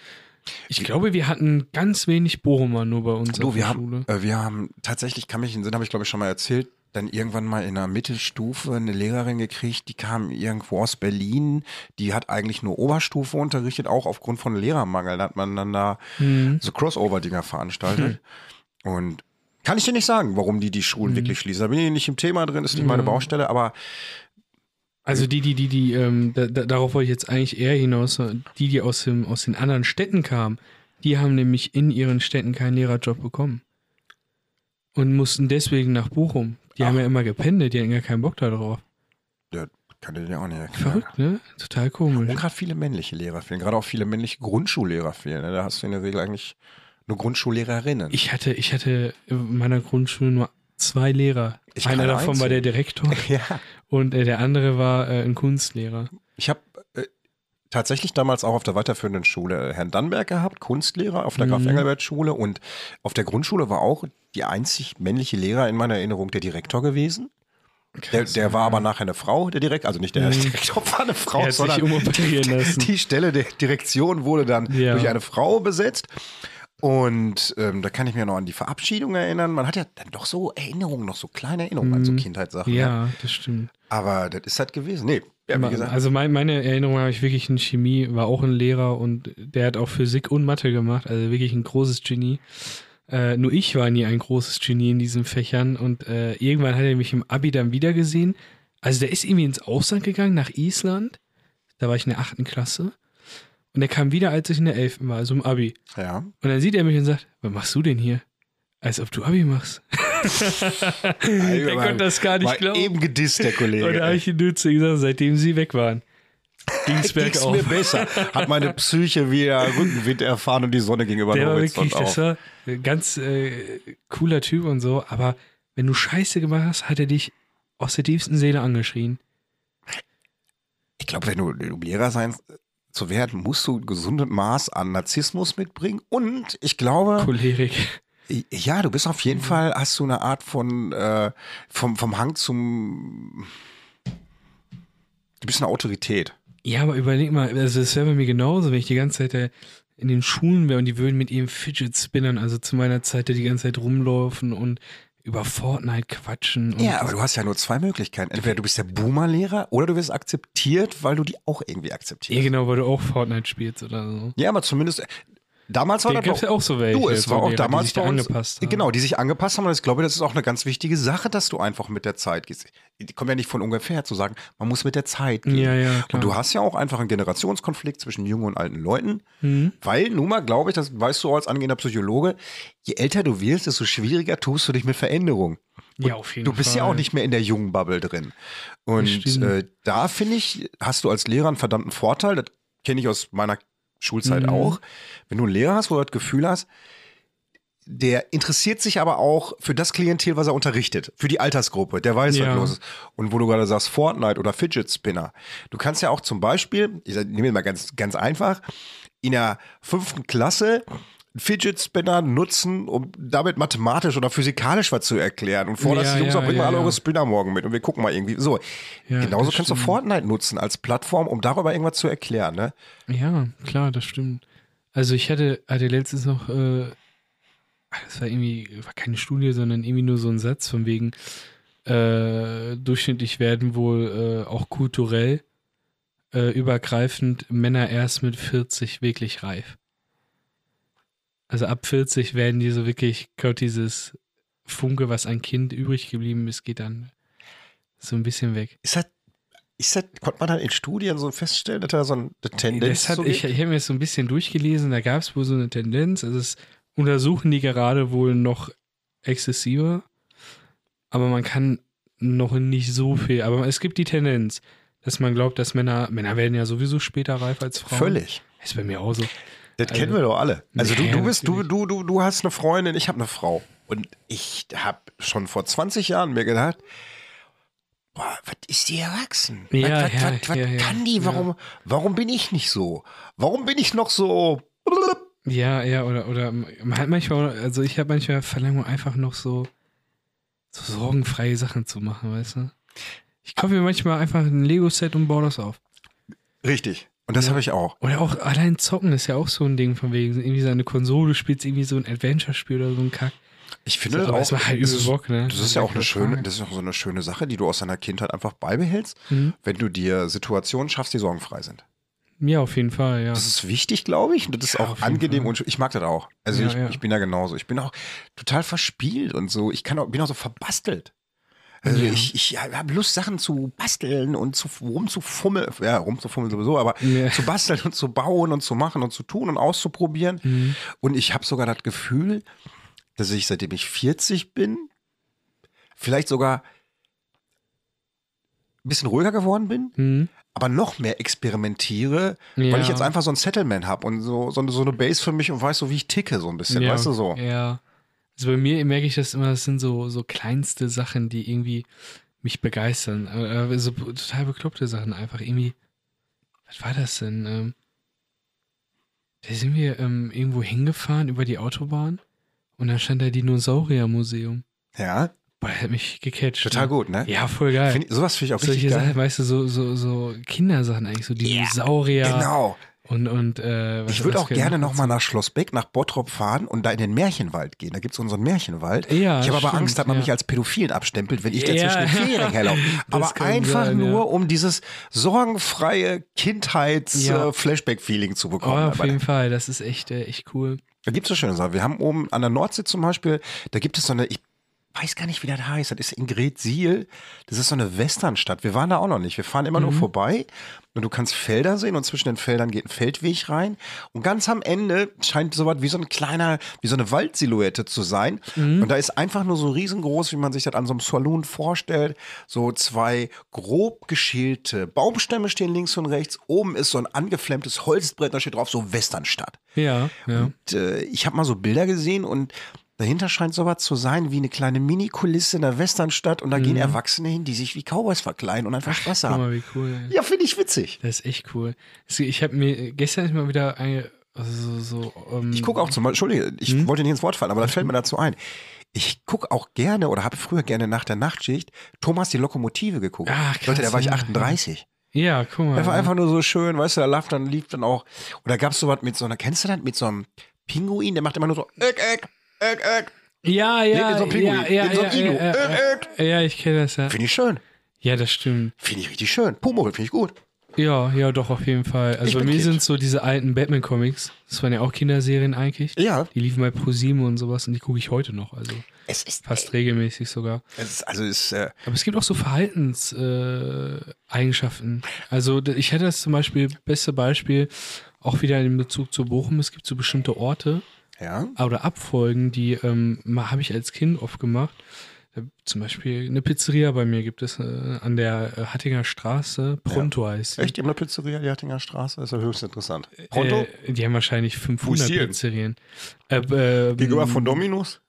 Ich glaube, wir hatten ganz wenig Bochumer nur bei uns Du, auf wir der haben, Schule. äh, wir haben tatsächlich, kann mich in den Sinn, habe ich glaube ich schon mal erzählt, dann irgendwann mal in der Mittelstufe eine Lehrerin gekriegt, die kam irgendwo aus Berlin, die hat eigentlich nur Oberstufe unterrichtet, auch aufgrund von Lehrermangel da hat man dann da Hm. so Crossover-Dinger veranstaltet. Mhm. Und kann ich dir nicht sagen, warum die die Schulen wirklich schließen. Da bin ich nicht im Thema drin, ist nicht meine Ja. Baustelle, aber Also die, die, die, die, ähm, da, da, darauf wollte ich jetzt eigentlich eher hinaus, äh, die, die aus, dem, aus den anderen Städten kamen, die haben nämlich in ihren Städten keinen Lehrerjob bekommen. Und mussten deswegen nach Bochum. Die Ach. haben ja immer gependelt, die hatten ja keinen Bock darauf. ja, kann ich dir auch nicht erklären. Verrückt, ne? Total komisch. Und gerade viele männliche Lehrer fehlen, gerade auch viele männliche Grundschullehrer fehlen. ne? Da hast du in der Regel eigentlich nur Grundschullehrerinnen. Ich hatte, ich hatte in meiner Grundschule nur zwei Lehrer. Ich Einer keine davon war der einzige. Direktor (laughs) ja. und äh, der andere war äh, ein Kunstlehrer. Ich habe äh, tatsächlich damals auch auf der weiterführenden Schule äh, Herrn Dannberg gehabt, Kunstlehrer auf der Mhm. Graf-Engelbert-Schule und auf der Grundschule war auch die einzig männliche Lehrer in meiner Erinnerung der Direktor gewesen. Der, der war aber nachher eine Frau, der Direktor, also nicht der Mhm. (laughs) Direktor war eine Frau, Er hat sich sondern umoperieren die, lassen. die Stelle der Direktion wurde dann Ja. durch eine Frau besetzt. Und ähm, da kann ich mir noch an die Verabschiedung erinnern. Man hat ja dann doch so Erinnerungen, noch so kleine Erinnerungen an so Mhm. Kindheitssachen. ne? Ja, das stimmt. Aber das ist halt gewesen. Nee, ja, wie gesagt, Also mein, meine Erinnerung habe ich wirklich in Chemie, war auch ein Lehrer und der hat auch Physik und Mathe gemacht, also wirklich ein großes Genie. Äh, nur ich war nie ein großes Genie in diesen Fächern und äh, irgendwann hat er mich im Abi dann wiedergesehen. Also der ist irgendwie ins Ausland gegangen, nach Island. Da war ich in der achten Klasse. Und er kam wieder, als ich in der elften war, also im Abi. ja. Und dann sieht er mich und sagt, was machst du denn hier? Als ob du Abi machst. der war- konnte das gar war nicht glauben. Eben gedisst, der Kollege. Und da habe ich in Nütze gesagt, seitdem sie weg (laughs) waren, ging es Ging's mir bergauf. besser. Hat meine Psyche wieder Rückenwind erfahren und die Sonne ging über den Der war Horizont wirklich, auf. das war ein ganz äh, cooler Typ und so, aber wenn du Scheiße gemacht hast, hat er dich aus der tiefsten Seele angeschrien. Ich glaube, wenn du, um Lehrer sein zu werden, musst du ein gesundes Maß an Narzissmus mitbringen. Und ich glaube, Cholerik. ja, du bist auf jeden Fall, hast du eine Art von, äh, vom, vom Hang zum, du bist eine Autorität. Ja, aber überleg mal, also das wäre bei mir genauso, wenn ich die ganze Zeit äh, in den Schulen wäre und die würden mit ihren Fidget Spinnern, also zu meiner Zeit, da die ganze Zeit rumlaufen und über Fortnite quatschen. Und Ja, aber du hast ja nur zwei Möglichkeiten. Entweder du bist der Boomer-Lehrer oder du wirst akzeptiert, weil du die auch irgendwie akzeptierst. ja, genau, weil du auch Fortnite spielst oder so. Ja, aber zumindest äh, damals war Da das gab es bei- ja auch so welche. Du, es so war auch Lehrer, damals die sich da bei uns, angepasst haben. Genau, die sich angepasst haben. Und ich glaube, das ist auch eine ganz wichtige Sache, dass du einfach mit der Zeit gehst. Die kommen ja nicht von ungefähr zu sagen, man muss mit der Zeit gehen. Ja, ja, und klar. du hast ja auch einfach einen Generationskonflikt zwischen jungen und alten Leuten. Hm? Weil nun mal, glaube ich, das weißt du als angehender Psychologe, je älter du wirst, desto schwieriger tust du dich mit Veränderung. Ja, auf jeden Du bist Fall. ja auch nicht mehr in der jungen Bubble drin. Das Und stimmt. äh, da finde ich, hast du als Lehrer einen verdammten Vorteil. Das kenne ich aus meiner Schulzeit Mhm. auch. Wenn du einen Lehrer hast, wo du das Gefühl hast, der interessiert sich aber auch für das Klientel, was er unterrichtet, für die Altersgruppe, der weiß, Ja. was los ist. Und wo du gerade sagst, Fortnite oder Fidget Spinner. Du kannst ja auch zum Beispiel, ich sag- nehme jetzt mal ganz, ganz einfach, in der fünften Klasse einen Fidget Spinner nutzen, um damit mathematisch oder physikalisch was zu erklären. Und forderst Ja, die Jungs ja, auch, bring ja, mal alle ja. eure Spinner morgen mit und wir gucken mal irgendwie. So, Ja, genauso das kannst du stimmt. Fortnite nutzen als Plattform, um darüber irgendwas zu erklären. Ne? Ja, klar, das stimmt. Also ich hatte, hatte letztens noch, äh, ach, das war irgendwie, war keine Studie, sondern irgendwie nur so ein Satz von wegen, äh, durchschnittlich werden wohl äh, auch kulturell äh, übergreifend Männer erst mit 40 wirklich reif. Also ab 40 werden die so wirklich, kommt dieses Funke, was ein Kind übrig geblieben ist, geht dann so ein bisschen weg. Ist das, ist das, konnte man dann in Studien so feststellen, dass da so eine Tendenz Das hat, zu ich gibt? ich habe mir das so ein bisschen durchgelesen, da gab es wohl so eine Tendenz. Also es untersuchen die gerade wohl noch exzessiver, aber man kann noch nicht so viel. Aber es gibt die Tendenz, dass man glaubt, dass Männer, Männer werden ja sowieso später reif als Frauen. Völlig. Ist bei mir auch so. Das Also- kennen wir doch alle. Also du, Nee, du bist, du, natürlich. du, du, du hast eine Freundin, ich habe eine Frau. Und ich habe schon vor 20 Jahren mir gedacht, boah, was ist die erwachsen? Was- Ja, was, ja, was, was ja, ja, kann die? ja. Warum, warum bin ich nicht so? Warum bin ich noch so? Ja, ja, oder, oder man hat manchmal, also ich habe manchmal Verlangung, einfach noch so, so sorgenfreie Sachen zu machen, weißt du? Ich kaufe mir manchmal einfach ein Lego-Set und baue das auf. Richtig. Und das Ja. habe ich auch. Oder auch allein zocken ist ja auch so ein Ding von wegen. Irgendwie so eine Konsole spielst, irgendwie so ein Adventure-Spiel oder so ein Kack. Ich finde das aber auch. es macht halt das, übel ist, Bock, ne? das ist ja auch eine schöne, das ist auch so eine schöne Sache, die du aus deiner Kindheit einfach beibehältst, Mhm. wenn du dir Situationen schaffst, die sorgenfrei sind. Ja, auf jeden Fall, ja. Das ist wichtig, glaube ich. Und das ist Ja, auf auch jeden angenehm Fall. und schön. ich mag das auch. Also Ja, ich, ja. ich bin da genauso. Ich bin auch total verspielt und so. Ich kann auch, bin auch so verbastelt. Also Ja. ich, ich habe Lust, Sachen zu basteln und zu, rumzufummeln. Ja, rumzufummeln sowieso, aber Ja. zu basteln und zu bauen und zu machen und zu tun und auszuprobieren. Mhm. Und ich habe sogar das Gefühl, dass ich, seitdem ich 40 bin, vielleicht sogar ein bisschen ruhiger geworden bin, Mhm. aber noch mehr experimentiere, Ja. weil ich jetzt einfach so ein Settlement habe und so, so, so eine Base für mich und weiß so, wie ich ticke, so ein bisschen, ja. weißt du so. Ja. Also bei mir merke ich das immer, das sind so, so kleinste Sachen, die irgendwie mich begeistern. Äh, äh, So total bekloppte Sachen einfach. Irgendwie, was war das denn? Ähm, da sind wir ähm, irgendwo hingefahren über die Autobahn und dann stand da Dinosaurier-Museum. Ja, Boah, das hat mich gecatcht. total ne? gut, ne? Ja, voll geil. Find, ich- sowas finde ich auch Solche richtig geil. Sachen, weißt du, so, so, so Kindersachen eigentlich, so Dinosaurier Genau. und, und äh, was Ich würde was auch gerne gehört nochmal nach Schlossbeck, nach Bottrop fahren und da in den Märchenwald gehen. Da gibt es unseren Märchenwald. Ja, ich habe aber stimmt, Angst, dass man ja. mich als Pädophilen abstempelt, wenn ich Ja. da zwischen den Ferien herlaufe. (laughs) Das Aber kann einfach sein, ja. nur, um dieses sorgenfreie Ja. Kindheits-Flashback-Feeling zu Oh, bekommen. auf Aber jeden Fall, das ist echt, äh, echt cool. Da gibt es so schöne Sachen. Wir haben oben an der Nordsee zum Beispiel, da gibt es so eine, ich weiß gar nicht, wie das heißt, das ist in Gretsiel. Das ist so eine Westernstadt. Wir waren da auch noch nicht. Wir fahren immer nur vorbei und du kannst Felder sehen und zwischen den Feldern geht ein Feldweg rein. Und ganz am Ende scheint so was wie so ein kleiner, wie so eine Waldsilhouette zu sein. Und da ist einfach nur so riesengroß, wie man sich das an so einem Saloon vorstellt. So zwei grob geschälte Baumstämme stehen links und rechts. Oben ist so ein angeflammtes Holzbrett, da steht drauf so Westernstadt. Ja, ja. Und, äh, ich habe mal so Bilder gesehen und dahinter scheint sowas zu sein wie eine kleine Mini-Kulisse in der Westernstadt und da gehen Erwachsene hin, die sich wie Cowboys verkleiden und einfach Spaß Mhm. Guck haben. mal, wie cool. ey. Ja, finde ich witzig. Das ist echt cool. Es- Ich habe mir gestern ist mal wieder ein, also so, so ähm, Ich gucke auch zum Beispiel, Entschuldige, ich Mhm. wollte nicht ins Wort fallen, aber das fällt mir dazu ein. Ich gucke auch gerne oder habe früher gerne nach der Nachtschicht Thomas die Lokomotive geguckt. Ach, krass, Leute, da war ich ja, Mhm. 38. Ja, guck mal. Das war einfach nur so schön, weißt du, da lief dann, lief dann auch, oder gab es sowas mit so einer, kennst du das, mit so einem Pinguin, der macht immer nur so, äck, äck, äck, äck, ja, Nee, ja, in so einem Pinguin, ja, ja, in so einem ja, Iglu. ja, ja, Äck, ja, ja, ich kenne das ja. finde ich schön. Ja, das stimmt. Finde ich richtig schön. Pumuckl finde ich gut. Ja, ja, doch auf jeden Fall. Ich Also bei mir bin Kind. sind so diese alten Batman Comics. Das waren ja auch Kinderserien eigentlich. Ja. Die liefen bei ProSieben und sowas und die gucke ich heute noch, also Es ist fast regelmäßig sogar. Es ist, also es ist, äh, Aber es gibt auch so Verhaltenseigenschaften. Äh, Eigenschaften. also d- ich hätte das zum Beispiel, beste Beispiel, auch wieder in Bezug zu Bochum, es gibt so bestimmte Orte ah, ja. oder Abfolgen, die ähm, mal habe ich als Kind oft gemacht, äh, zum Beispiel eine Pizzeria bei mir gibt es äh, an der äh, Hattinger Straße, Pronto heißt die. Echt? Die haben eine Pizzeria, die Hattinger Straße? Das ist ja höchst interessant. Pronto? Äh, die haben wahrscheinlich 500 Fusieren. Pizzerien. Äh, ähm, Gegenüber von Dominus?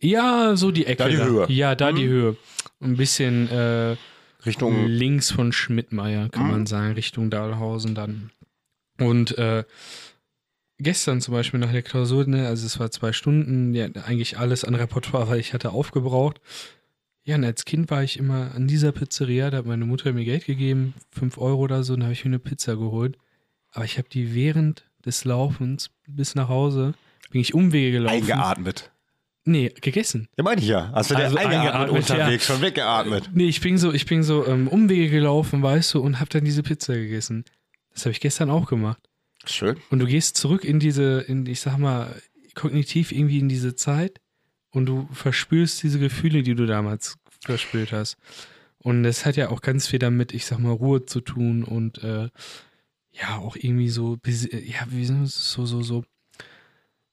Ja, so die Ecke. Da die Höhe. Ja, da Mhm. die Höhe. Ein bisschen äh, Richtung. links von Schmidtmeier, kann Mhm. man sagen, Richtung Dahlhausen dann. Und äh, gestern zum Beispiel nach der Klausur, ne, also es war zwei Stunden, ja, eigentlich alles an Repertoire, weil ich hatte aufgebraucht. Ja, und als Kind war ich immer an dieser Pizzeria, da hat meine Mutter mir Geld gegeben, 5 Euro oder so, und da habe ich mir eine Pizza geholt. Aber ich habe die während des Laufens bis nach Hause, bin ich Umwege gelaufen. Eingeatmet. Nee, gegessen. Ja, meine ich ja. Hast du Also dir eingeatmet, eingeatmet, unterwegs, schon weggeatmet. Nee, ich bin so, ich bin so ähm, Umwege gelaufen, weißt du, und hab dann diese Pizza gegessen. Das habe ich gestern auch gemacht. Äh, Schön. Und du gehst zurück in diese, in, ich sag mal, kognitiv irgendwie in diese Zeit und du verspürst diese Gefühle, die du damals verspürt hast. Und das hat ja auch ganz viel damit, ich sag mal, Ruhe zu tun und äh, ja, auch irgendwie so, bes- ja, wie so, so, so, so,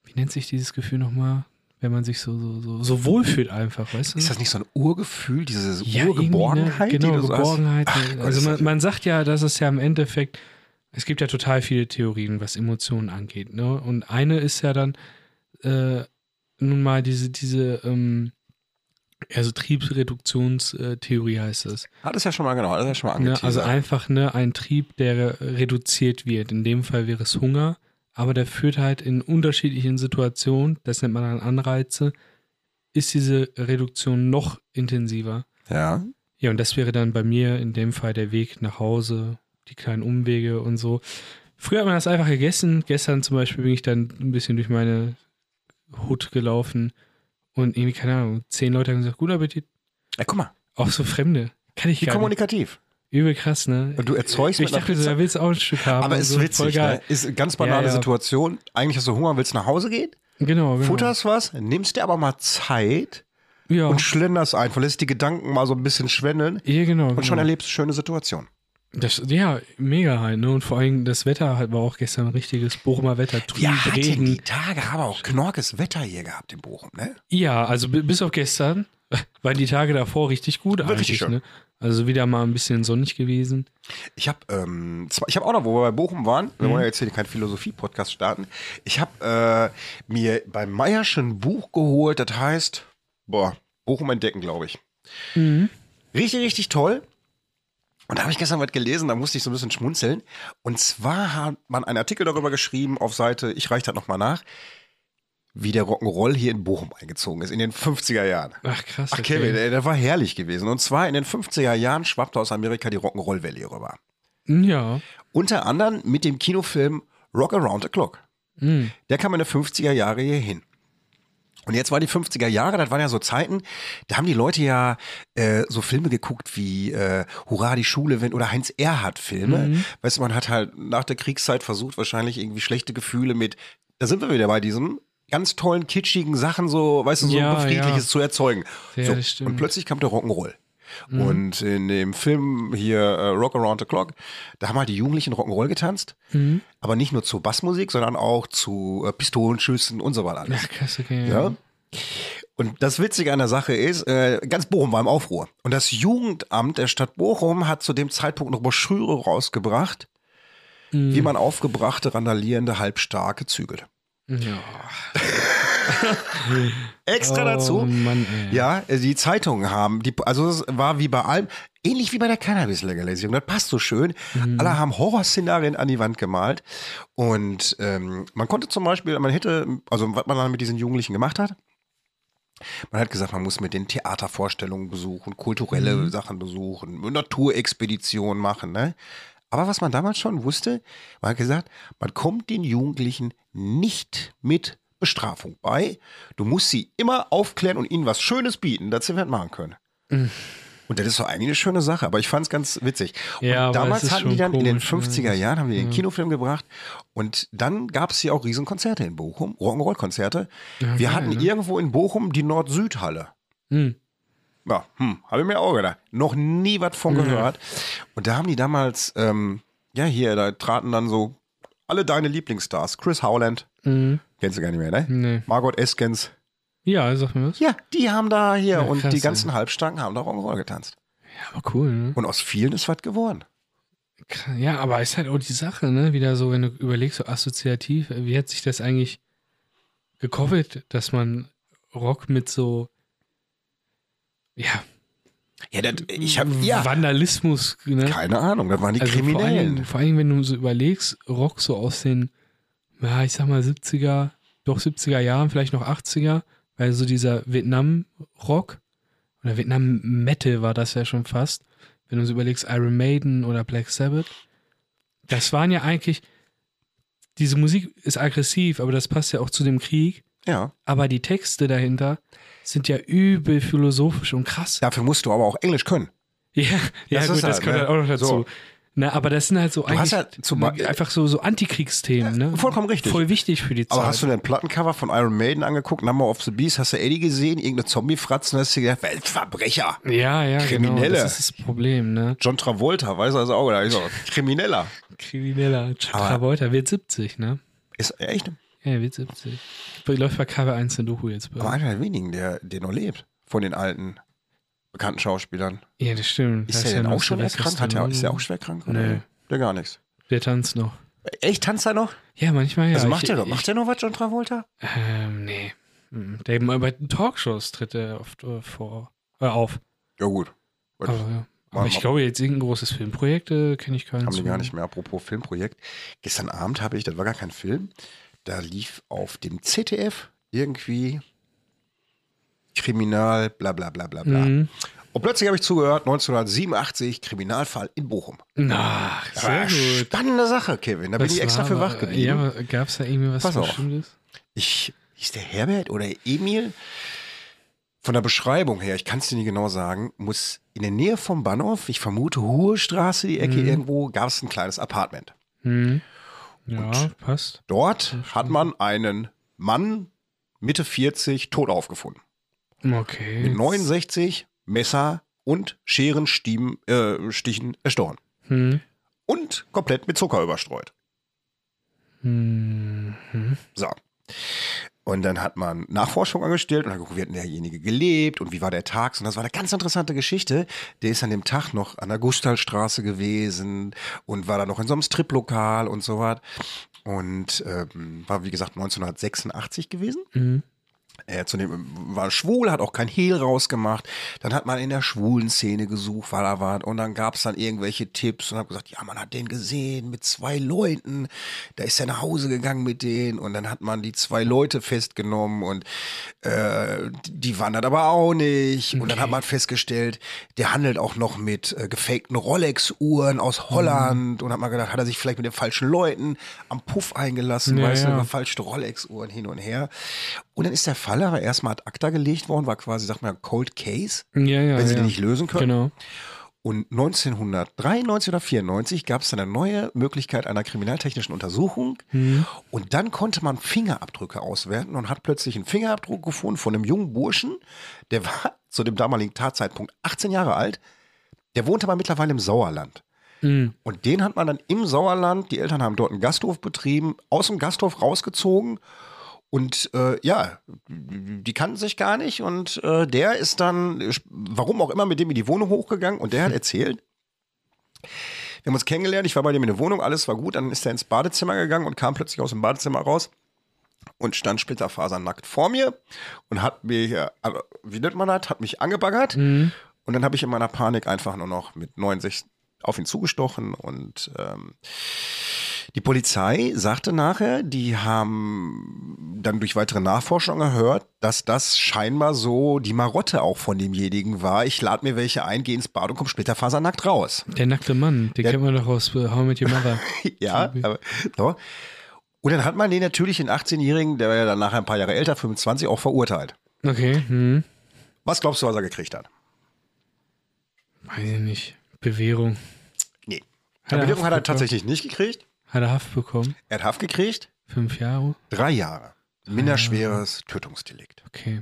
wie nennt sich dieses Gefühl nochmal? Wenn man sich so, so, so, so wohlfühlt einfach, weißt du? Ist das nicht so ein Urgefühl, diese irgendwie, Urgeborgenheit, ne? genau, die du so hast? Geborgenheit. Ach, Gott, also ist man, das- man sagt ja, dass es ja im Endeffekt, es gibt ja total viele Theorien, was Emotionen angeht. Ne? Und eine ist ja dann äh, nun mal diese, diese ähm, also Triebsreduktionstheorie heißt es. Hat es ja schon mal genau, hat es ja schon mal Ne? angeteasert. Also einfach ne, ein Trieb, der äh, reduziert wird. In dem Fall wäre es Hunger, aber der führt halt in unterschiedlichen Situationen, das nennt man dann Anreize, ist diese Reduktion noch intensiver. ja. Ja, und das wäre dann bei mir in dem Fall der Weg nach Hause, die kleinen Umwege und so. Früher hat man das einfach gegessen. Gestern zum Beispiel bin ich dann ein bisschen durch meine Hut gelaufen und irgendwie, keine Ahnung, zehn Leute haben gesagt, guten Appetit. Ey, guck mal, Auch so Fremde. Kann ich wie gar nicht. kommunikativ. Übel krass, ne? Und du erzeugst Ich mit einer dachte, so, Pizza- da willst du auch ein Stück haben. Aber und ist so, witzig, Voll geil. ne? Ist eine ganz banale Ja, ja. Situation. Eigentlich hast du Hunger, willst nach Hause gehen, Genau, genau. futterst was, nimmst dir aber mal Zeit Ja, und schlenderst einfach, lässt die Gedanken mal so ein bisschen schwenden ja genau. und schon genau. erlebst du schöne Situationen. Das, ja, mega halt, ne? Und vor allem das Wetter halt war auch gestern ein richtiges Bochumer Wetter. Trüb, halt, Regen. Tage aber auch knorkes Wetter hier gehabt in Bochum, ne? Ja, also bi- bis auf gestern (laughs) waren die Tage davor richtig gut War eigentlich. richtig schön. ne? Also wieder mal ein bisschen sonnig gewesen. Ich habe ähm, zwei- ich hab auch noch, wo wir bei Bochum waren, wir wollen ja jetzt hier keinen Philosophie-Podcast starten. Ich habe äh, mir beim Meierschen ein Buch geholt, das heißt, boah, Bochum entdecken, glaube ich. Richtig, richtig toll. Und da habe ich gestern was gelesen, da musste ich so ein bisschen schmunzeln. Und zwar hat man einen Artikel darüber geschrieben auf Seite, ich reiche das nochmal nach, wie der Rock'n'Roll hier in Bochum eingezogen ist, in den 50er Jahren. Ach krass. Ach, okay. Kevin, ey, das war herrlich gewesen. Und zwar in den 50er Jahren schwappte aus Amerika die Rock'n'Roll Valley rüber. Hm, Ja. Unter anderem mit dem Kinofilm Rock Around the Clock. Mhm. Der kam in den 50er Jahre hier hin. Und jetzt waren die 50er Jahre, das waren ja so Zeiten, da haben die Leute ja äh, so Filme geguckt wie äh, Hurra, die Schule, wenn oder Heinz Erhardt Filme. Mhm. Weißt du, man hat halt nach der Kriegszeit versucht, wahrscheinlich irgendwie schlechte Gefühle mit, da sind wir wieder bei diesem ganz tollen, kitschigen Sachen, so, weißt du, so Ja, ein befriedliches ja. zu erzeugen. Ja, so, das stimmt. Mhm. Und plötzlich kam der Rock'n'Roll. Und in dem Film hier äh, Rock Around the Clock, da haben halt die Jugendlichen Rock'n'Roll getanzt, aber nicht nur zu Bassmusik, sondern auch zu äh, Pistolenschüssen und so weiter alles. Ach krass, okay. Ja. Und das Witzige an der Sache ist, äh, ganz Bochum war im Aufruhr. Und das Jugendamt der Stadt Bochum hat zu dem Zeitpunkt noch Broschüre rausgebracht, Hm. wie man aufgebrachte, randalierende, halbstarke zügelt. Hm, ja. Extra dazu. Oh Mann, ey. Ja, äh, die Zeitungen haben, die, also es war wie bei allem, ähnlich wie bei der Cannabis-Legalisierung, das passt so schön. Alle haben Horrorszenarien an die Wand gemalt und ähm, man konnte zum Beispiel, man hätte, also was man dann mit diesen Jugendlichen gemacht hat, man hat gesagt, man muss mit den Theatervorstellungen besuchen, kulturelle Mhm. Sachen besuchen, Naturexpeditionen machen, ne? Aber was man damals schon wusste, man hat gesagt, man kommt den Jugendlichen nicht mit Bestrafung bei. Du musst sie immer aufklären und ihnen was Schönes bieten, dass sie was machen können. Und das ist doch eigentlich eine schöne Sache, aber ich fand es ganz witzig. Und Ja, aber es damals ist hatten die schon dann in den komisch, ne? 50er Jahren, haben die den Kinofilm gebracht und dann gab es hier auch Riesenkonzerte in Bochum, Rock'n'Roll-Konzerte. Ja, Wir geil, hatten ne? irgendwo in Bochum die Nord-Süd-Halle. Mhm. Ja, hm, habe ich mir auch gedacht. Noch nie was von Mhm. gehört. Und da haben die damals, ähm, ja, hier, da traten dann so alle deine Lieblingsstars. Chris Howland, Mhm. kennst du gar nicht mehr, ne? Nee. Margot Eskens, Ja, sag mir was. Ja, die haben da hier Ja, und krass, die ganzen ey. Halbstanken haben da Rock'n'Roll getanzt. Ja, aber cool, ne? Und aus vielen ist was geworden. Kr- Ja, aber ist halt auch die Sache, ne? Wieder so, wenn du überlegst, so assoziativ, äh, wie hat sich das eigentlich gekoppelt, dass man Rock mit so, ja, Ja, das, ich habe ja Vandalismus, ne? Hm, keine Ahnung, das waren die Also Vor allen, Dingen, Kriminellen. vor allen Dingen, wenn du so überlegst, Rock so aus den, ja, ich sag mal 70er, doch 70er Jahren, vielleicht noch 80er, weil so dieser Vietnam-Rock oder Vietnam-Metal war das ja schon fast. Wenn du so überlegst, Iron Maiden oder Black Sabbath, das waren ja eigentlich, diese Musik ist aggressiv, aber das passt ja auch zu dem Krieg. Ja, Aber die Texte dahinter sind ja übel philosophisch und krass. dafür musst du aber auch Englisch können. Ja, ja Das gut, ist das halt, gehört ne? halt auch noch dazu. So. Na, aber das sind halt so hast eigentlich halt zum ne, Beispiel- einfach so, so Antikriegsthemen, ne? Vollkommen richtig. Voll wichtig für die Zeit. Aber hast du denn Plattencover von Iron Maiden angegeguckt? Number of the Beast? Hast du Eddie gesehen? Irgendeine Zombie-Fratze? Hast du dir gedacht, Weltverbrecher? ja, ja, Kriminelle? Genau, das ist das Problem, ne? John Travolta, weiß er das auch? Da ist er. Krimineller. Krimineller. Travolta wird 70, ne? Ist er echt. Ja, wird 70. Läuft bei KW1 in Doku jetzt Aber bei. einer der wenigen, der, der noch lebt. Von den alten, bekannten Schauspielern. Ja, das stimmt. Da Ist der denn noch auch schon Sylvester erkrankt? Hat der, ist der Stallone. auch schwer krank? Nee. Der gar nichts. ne? Der tanzt noch. Echt, tanzt er noch? Ja, manchmal ja. also Ich- macht er noch, ich- macht er noch was, John Travolta? Ähm, nee. Mhm. Der eben bei Talkshows tritt er oft äh, vor, äh, auf. Ja gut. Gut. Aber, ja. Mal- aber ich glaube, jetzt irgendein großes Filmprojekt äh, kenne ich keinen. Haben die gar nicht mehr. Apropos Filmprojekt. Gestern Abend habe ich, das war gar kein Film, da lief auf dem ZDF irgendwie Kriminal, bla bla bla bla bla. Mhm. Und plötzlich habe ich zugehört, 1987, Kriminalfall in Bochum. Na, sehr Ah, gut. Spannende Sache, Kevin. Da bin Das ich extra war für aber- wach geblieben. Ja, aber gab es da irgendwie was Pass auf. Bestimmtes? ich, hieß der Herbert oder Emil? Von der Beschreibung her, ich kann es dir nicht genau sagen, muss in der Nähe vom Bahnhof, ich vermute Hohestraße, die Mhm. Ecke irgendwo, gab es ein kleines Apartment. Hm. Ja, Gut. passt. Dort hat man einen Mann, Mitte 40, tot aufgefunden. Okay. Mit 69 Messer und Scherenstichen äh, Stichen erstochen. Hm. Und komplett mit Zucker überstreut. Hm. Hm. So. Und dann hat man Nachforschung angestellt und dann geguckt, wie hat denn derjenige gelebt und wie war der Tag. Und das war eine ganz interessante Geschichte. Der ist an dem Tag noch an der Gustavstraße gewesen und war da noch in so einem Striplokal und so was. Und ähm, war, wie gesagt, 1986 gewesen. Hm. Er zudem äh, war schwul, hat auch kein Hehl rausgemacht. Dann hat man in der schwulen Szene gesucht, weil er war. Und dann gab es dann irgendwelche Tipps und hab gesagt, ja, man hat den gesehen mit zwei Leuten. Da ist er nach Hause gegangen mit denen. Und dann hat man die zwei Leute festgenommen und äh, die waren das aber auch nicht. Und dann hat man festgestellt, der handelt auch noch mit äh, gefakten Rolex-Uhren aus Holland. Mhm. Und hat man gedacht, hat er sich vielleicht mit den falschen Leuten am Puff eingelassen, Ja, weißt ja. du, verfalschte Rolex-Uhren hin und her. Und dann ist der Fall aber erstmal ad acta gelegt worden, war quasi, sagt man, Cold Case, Ja, ja. wenn sie ja. den nicht lösen können. Genau. Und 1993 oder 94 gab es dann eine neue Möglichkeit einer kriminaltechnischen Untersuchung. Hm. Und dann konnte man Fingerabdrücke auswerten und hat plötzlich einen Fingerabdruck gefunden von einem jungen Burschen, der war (laughs) zu dem damaligen Tatzeitpunkt 18 Jahre alt. Der wohnte aber mittlerweile im Sauerland. Hm. Und den hat man dann im Sauerland, die Eltern haben dort einen Gasthof betrieben, aus dem Gasthof rausgezogen. Und äh, ja, die kannten sich gar nicht. Und äh, der ist dann, äh, warum auch immer, mit dem in die Wohnung hochgegangen. Und der hat erzählt, wir haben uns kennengelernt, ich war bei dem in der Wohnung, alles war gut. Dann ist er ins Badezimmer gegangen und kam plötzlich aus dem Badezimmer raus und stand splitterfasernackt vor mir und hat mir, äh, wie nennt man das, hat mich angebaggert. Hm. Und dann habe ich in meiner Panik einfach nur noch mit 69 auf ihn zugestochen und ähm, die Polizei sagte nachher, die haben dann durch weitere Nachforschung gehört, dass das scheinbar so die Marotte auch von demjenigen war. Ich lade mir welche ein, gehe ins Bad und komm splitterfasernackt raus. (laughs) Der nackte Mann, den kennt man doch aus äh, How I Met Your Mother. ja, aber, so. Und dann hat man den natürlich, den 18-Jährigen, der war ja dann nachher ein paar Jahre älter, 25, auch verurteilt. Okay. Hm. Was glaubst du, was er gekriegt hat? Weiß ich nicht. Bewährung. Nee. er Eine Bewährung hat er Haft bekommen? tatsächlich nicht gekriegt. Hat er Haft bekommen? Er hat Haft gekriegt. Fünf Jahre? Drei Jahre. Minderschweres Tötungsdelikt. Okay.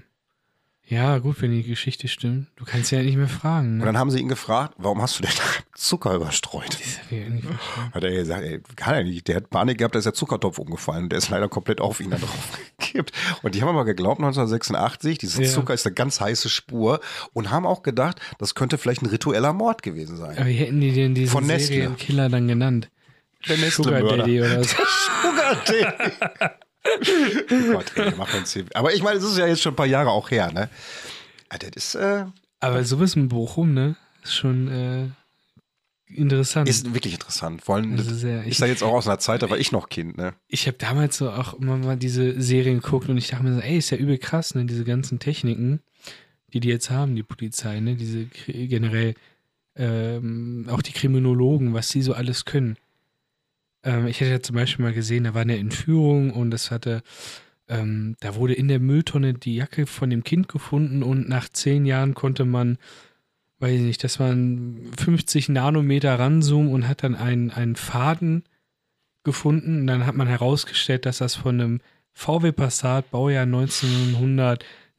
Ja, gut, wenn die Geschichte stimmt. Du kannst ja nicht mehr fragen, Und ne? dann haben sie ihn gefragt, warum hast du denn (laughs) Zucker überstreut? Das hab ich ja nicht verstanden. Hat er gesagt, ey, kann er nicht. Der hat Panik gehabt, da (laughs) ist der Zuckertopf umgefallen und der ist leider komplett auf ihn dann drauf. gibt. Und die haben aber geglaubt, 1986, die Sitzzucker ist eine ganz heiße Spur und haben auch gedacht, das könnte vielleicht ein ritueller Mord gewesen sein. Aber wie hätten die denn diesen Von Nestle. Serienkiller dann genannt? Der Sugar Nestle-Mörder. Daddy oder so. Sugar Daddy. oh Gott, ey, wir machen uns hier- Aber ich meine, es ist ja jetzt schon ein paar Jahre auch her, ne? Ah, Das ist, äh, Aber sowas in Bochum, ne? Ist schon äh, interessant. ist wirklich interessant. Vor allem, also das sehr, ich ist ja jetzt auch aus einer Zeit, da war ich noch Kind, ne? ich habe damals so auch immer mal diese Serien geguckt und ich dachte mir so, ey, ist ja übel krass, ne, diese ganzen Techniken, die die jetzt haben, die Polizei, ne, diese kri- generell ähm, auch die Kriminologen, was die so alles können. Ähm, ich hätte ja zum Beispiel mal gesehen, da war eine Entführung und das hatte, ähm, da wurde in der Mülltonne die Jacke von dem Kind gefunden und nach zehn Jahren konnte man, weiß ich nicht, das waren 50 Nanometer ranzoomen und hat dann einen, einen Faden gefunden. Und dann hat man herausgestellt, dass das von einem VW Passat, Baujahr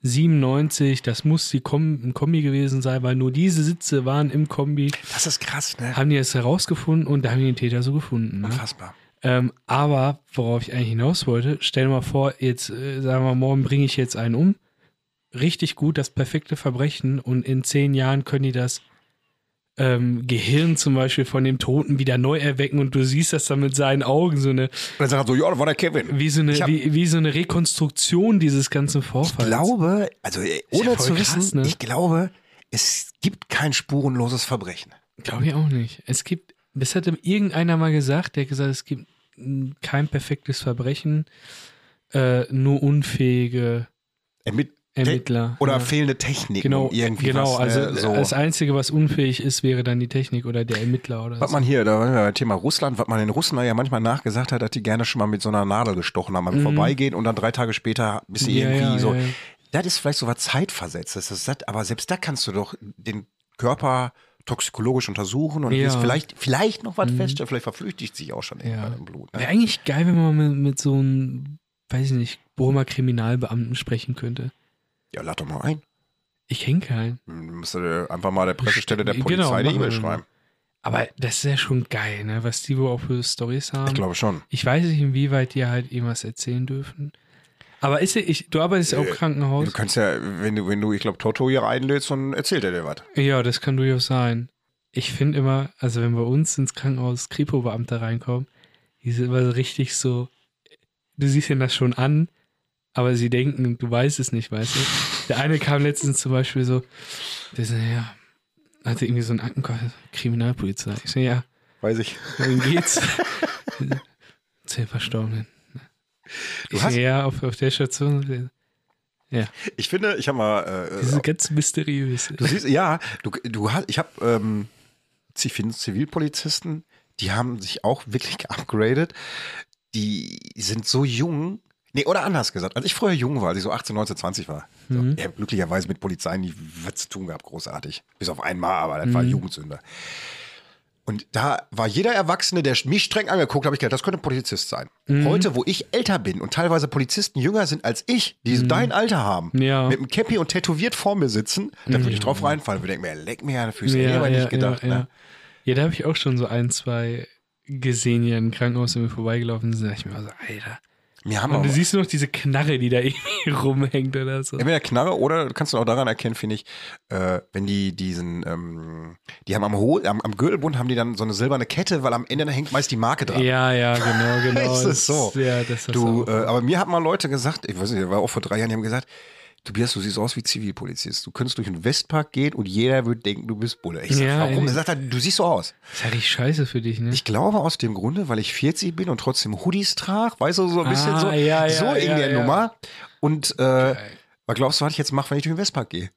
1997, das muss die Kom ein Kombi gewesen sein, weil nur diese Sitze waren im Kombi. Das ist krass, ne? Haben die es herausgefunden und da haben die den Täter so gefunden. Ne? Unfassbar. Ähm, aber worauf ich eigentlich hinaus wollte, stell dir mal vor, jetzt äh, sagen wir, morgen bringe ich jetzt einen um. Richtig gut, das perfekte Verbrechen und in zehn Jahren können die das ähm, Gehirn zum Beispiel von dem Toten wieder neu erwecken und du siehst das dann mit seinen Augen, so eine, Und dann sagt er so, ja, das war der Kevin. wie so eine, Ich hab- wie, wie so eine Rekonstruktion dieses ganzen Ich Vorfalls. glaube, also ey, Ist ja ohne voll zu krass, wissen, ne? ich glaube, es gibt kein spurenloses Verbrechen. Glaube ich auch nicht. Es gibt, das hat irgendeiner mal gesagt, der hat gesagt, es gibt mm, kein perfektes Verbrechen, äh, nur unfähige Ermitt- Ermittler. Äh, Oder Ja. fehlende Techniken. Genau, um irgendwie genau. was, also ne? so. das Einzige, was unfähig ist, wäre dann die Technik oder der Ermittler oder Was so. man hier, da waren wir beim Thema Russland, was man den Russen ja manchmal nachgesagt hat, dass die gerne schon mal mit so einer Nadel gestochen haben, am Vorbeigehen und dann drei Tage später bist du Mhm. Ja, irgendwie ja, so. ja, ja. Das ist vielleicht so was Zeitversetztes. Das ist das, aber selbst da kannst du doch den Körper toxikologisch untersuchen und Ja. Mhm. ist vielleicht, vielleicht noch was feststellen. Vielleicht verflüchtigt sich auch schon irgendwann im Blut. Wäre Ne? eigentlich geil, wenn man mit, mit so einem, weiß ich nicht, Burmer Kriminalbeamten sprechen könnte. Ja, lad doch mal ein. Ich kenne keinen. Dann Musst du einfach mal der Pressestelle der Genau, Polizei eine machen wir mal. E-Mail schreiben. Aber das ist ja schon geil, ne? was die wohl auch für Stories haben. Ich glaube schon. Ich weiß nicht, inwieweit die halt irgendwas erzählen dürfen. Aber ist ja, ich, du arbeitest ja auch im Du Krankenhaus. kannst ja, wenn du, wenn du, ich glaube, Toto hier einlädst, dann erzählt er dir was. Ja, das kann durchaus sein. Ich finde immer, also wenn bei uns ins Krankenhaus Kripo-Beamte reinkommen, die sind immer so richtig so, du siehst ihnen das schon an, aber sie denken, du weißt es nicht, weißt du? Der eine kam letztens zum Beispiel so, der so, ja, hatte irgendwie so einen Aktenkopf, Kriminalpolizei. Ich so, ja, Weiß ich. wohin geht's? (laughs) Zehn Verstorbenen. Du Ich so, hast- ja, auf, auf der Station. Ich finde, ich habe mal. Äh, Das ist ganz mysteriös. Du siehst, ja, du, du hast, ich habe ähm, Zivil- Zivilpolizisten, die haben sich auch wirklich geupgradet. Die sind so jung. Nee, oder anders gesagt, als ich früher jung war, als ich so 18, 19, 20 war. Mhm. So, ich habe glücklicherweise mit Polizei nie was zu tun gehabt, großartig. Bis auf einmal, aber das Mhm. war Jugendsünde. Und da war jeder Erwachsene, der mich streng angeguckt, habe ich gedacht, das könnte ein Polizist sein. Mhm. Heute, wo ich älter bin und teilweise Polizisten jünger sind als ich, die dein Alter haben, Mhm. Ja. Mhm. mit einem Käppi und tätowiert vor mir sitzen, da würde ich drauf reinfallen. Ich denke mir, leck mir an die Füße. Hätte ich aber nicht gedacht. Ja, ne? ja da habe ich auch schon so ein, zwei gesehen, die im Krankenhaus an mir vorbeigelaufen sind. Da dachte ich mir so, Alter. Mir haben Und auch, du siehst nur noch diese Knarre, die da (laughs) irgendwie rumhängt oder so. entweder Knarre oder du kannst du auch daran erkennen, finde ich, äh, wenn die diesen, ähm, die haben am, Ho am, am Gürtelbund haben die dann so eine silberne Kette, weil am Ende hängt meist die Marke dran. Ja, ja, genau, genau. Ist es so? Ja, das ist Du, auch. äh, aber mir haben mal Leute gesagt, ich weiß nicht, war auch vor drei Jahren, die haben gesagt, Tobias, du siehst aus wie Zivilpolizist. Du könntest durch den Westpark gehen und jeder wird denken, du bist Bulle. Ich sag, Ja, warum? ey. Er sagt, dann, du siehst so aus. Das ist ja richtig scheiße für dich, ne? Ich glaube aus dem Grunde, weil ich 40 bin und trotzdem Hoodies trage, weißt du, so ein bisschen Ah, so, ja, ja, so in ja, der ja. Nummer. Und äh, was glaubst du, was ich jetzt mache, wenn ich durch den Westpark gehe?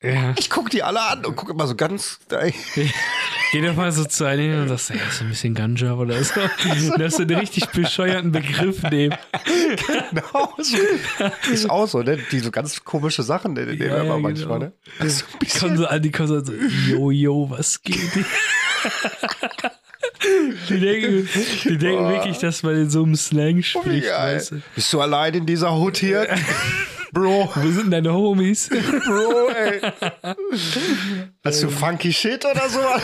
ja. Ich gucke die alle an und gucke immer so ganz. (laughs) Geh doch mal so zu einem hin und sagst, ey, ist ein bisschen Ganja oder (laughs) so. Dann hast du einen richtig bescheuerten Begriff nehmen. genau so. Ist auch so, ne? Die so ganz komische Sachen, ne, die, die Ja, wir immer ja, manchmal, genau. ne? Das ist so ein bisschen Kommen so an, die kommen so, an, so yo, yo, was geht? die denken, die denken wirklich, dass man in so einem Slang spricht. Geil. Weißt du? Bist du allein in dieser Hut hier? (laughs) Bro, Wo sind deine Homies? (laughs) Bro, ey. Hast du funky shit oder sowas?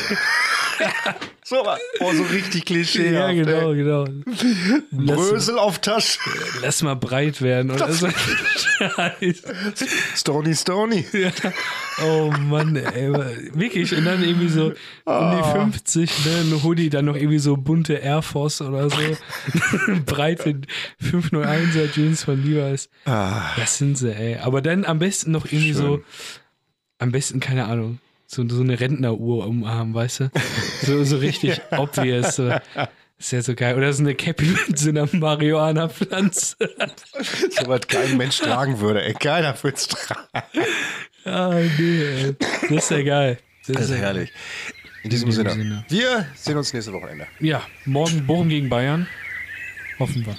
so was. Oh, so richtig Klischee. Ja, genau, genau. Lass, Brösel auf Tasche. lass mal breit werden. Oder so. Scheiße. Stony, Stony. Ja. Oh Mann, ey. Wirklich. Und dann irgendwie so um die 50, ne, ein Hoodie, dann noch irgendwie so bunte Air Force oder so. Breite 501er Jeans von Levi's. Ah, Das sind sie, ey. Aber dann am besten noch irgendwie so, am besten, keine Ahnung, so, so eine Rentneruhr umarmen, weißt du? So, so richtig obvious. So. Ist ja so geil. Oder so eine Cappy mit so einer Marihuana-Pflanze. (laughs) so was kein Mensch tragen würde. Ey, keiner würde es tragen. Ah, nee, ey. Das ist ja geil. Das, Das ist Also herrlich. In diesem In diesem Sinne. Sinne. Wir sehen uns nächste Wochenende. Ja, morgen Bochum gegen Bayern. Hoffen wir.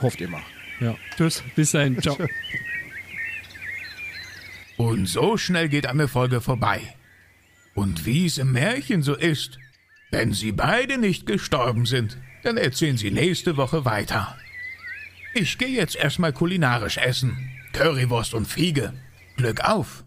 Hofft ihr mal. Ja. Tschüss. Bis dahin. Ciao. Und so schnell geht eine Folge vorbei. Und wie es im Märchen so ist, wenn sie beide nicht gestorben sind, dann erzählen sie nächste Woche weiter. Ich gehe jetzt erstmal kulinarisch essen. Currywurst und Fiege. Glück auf!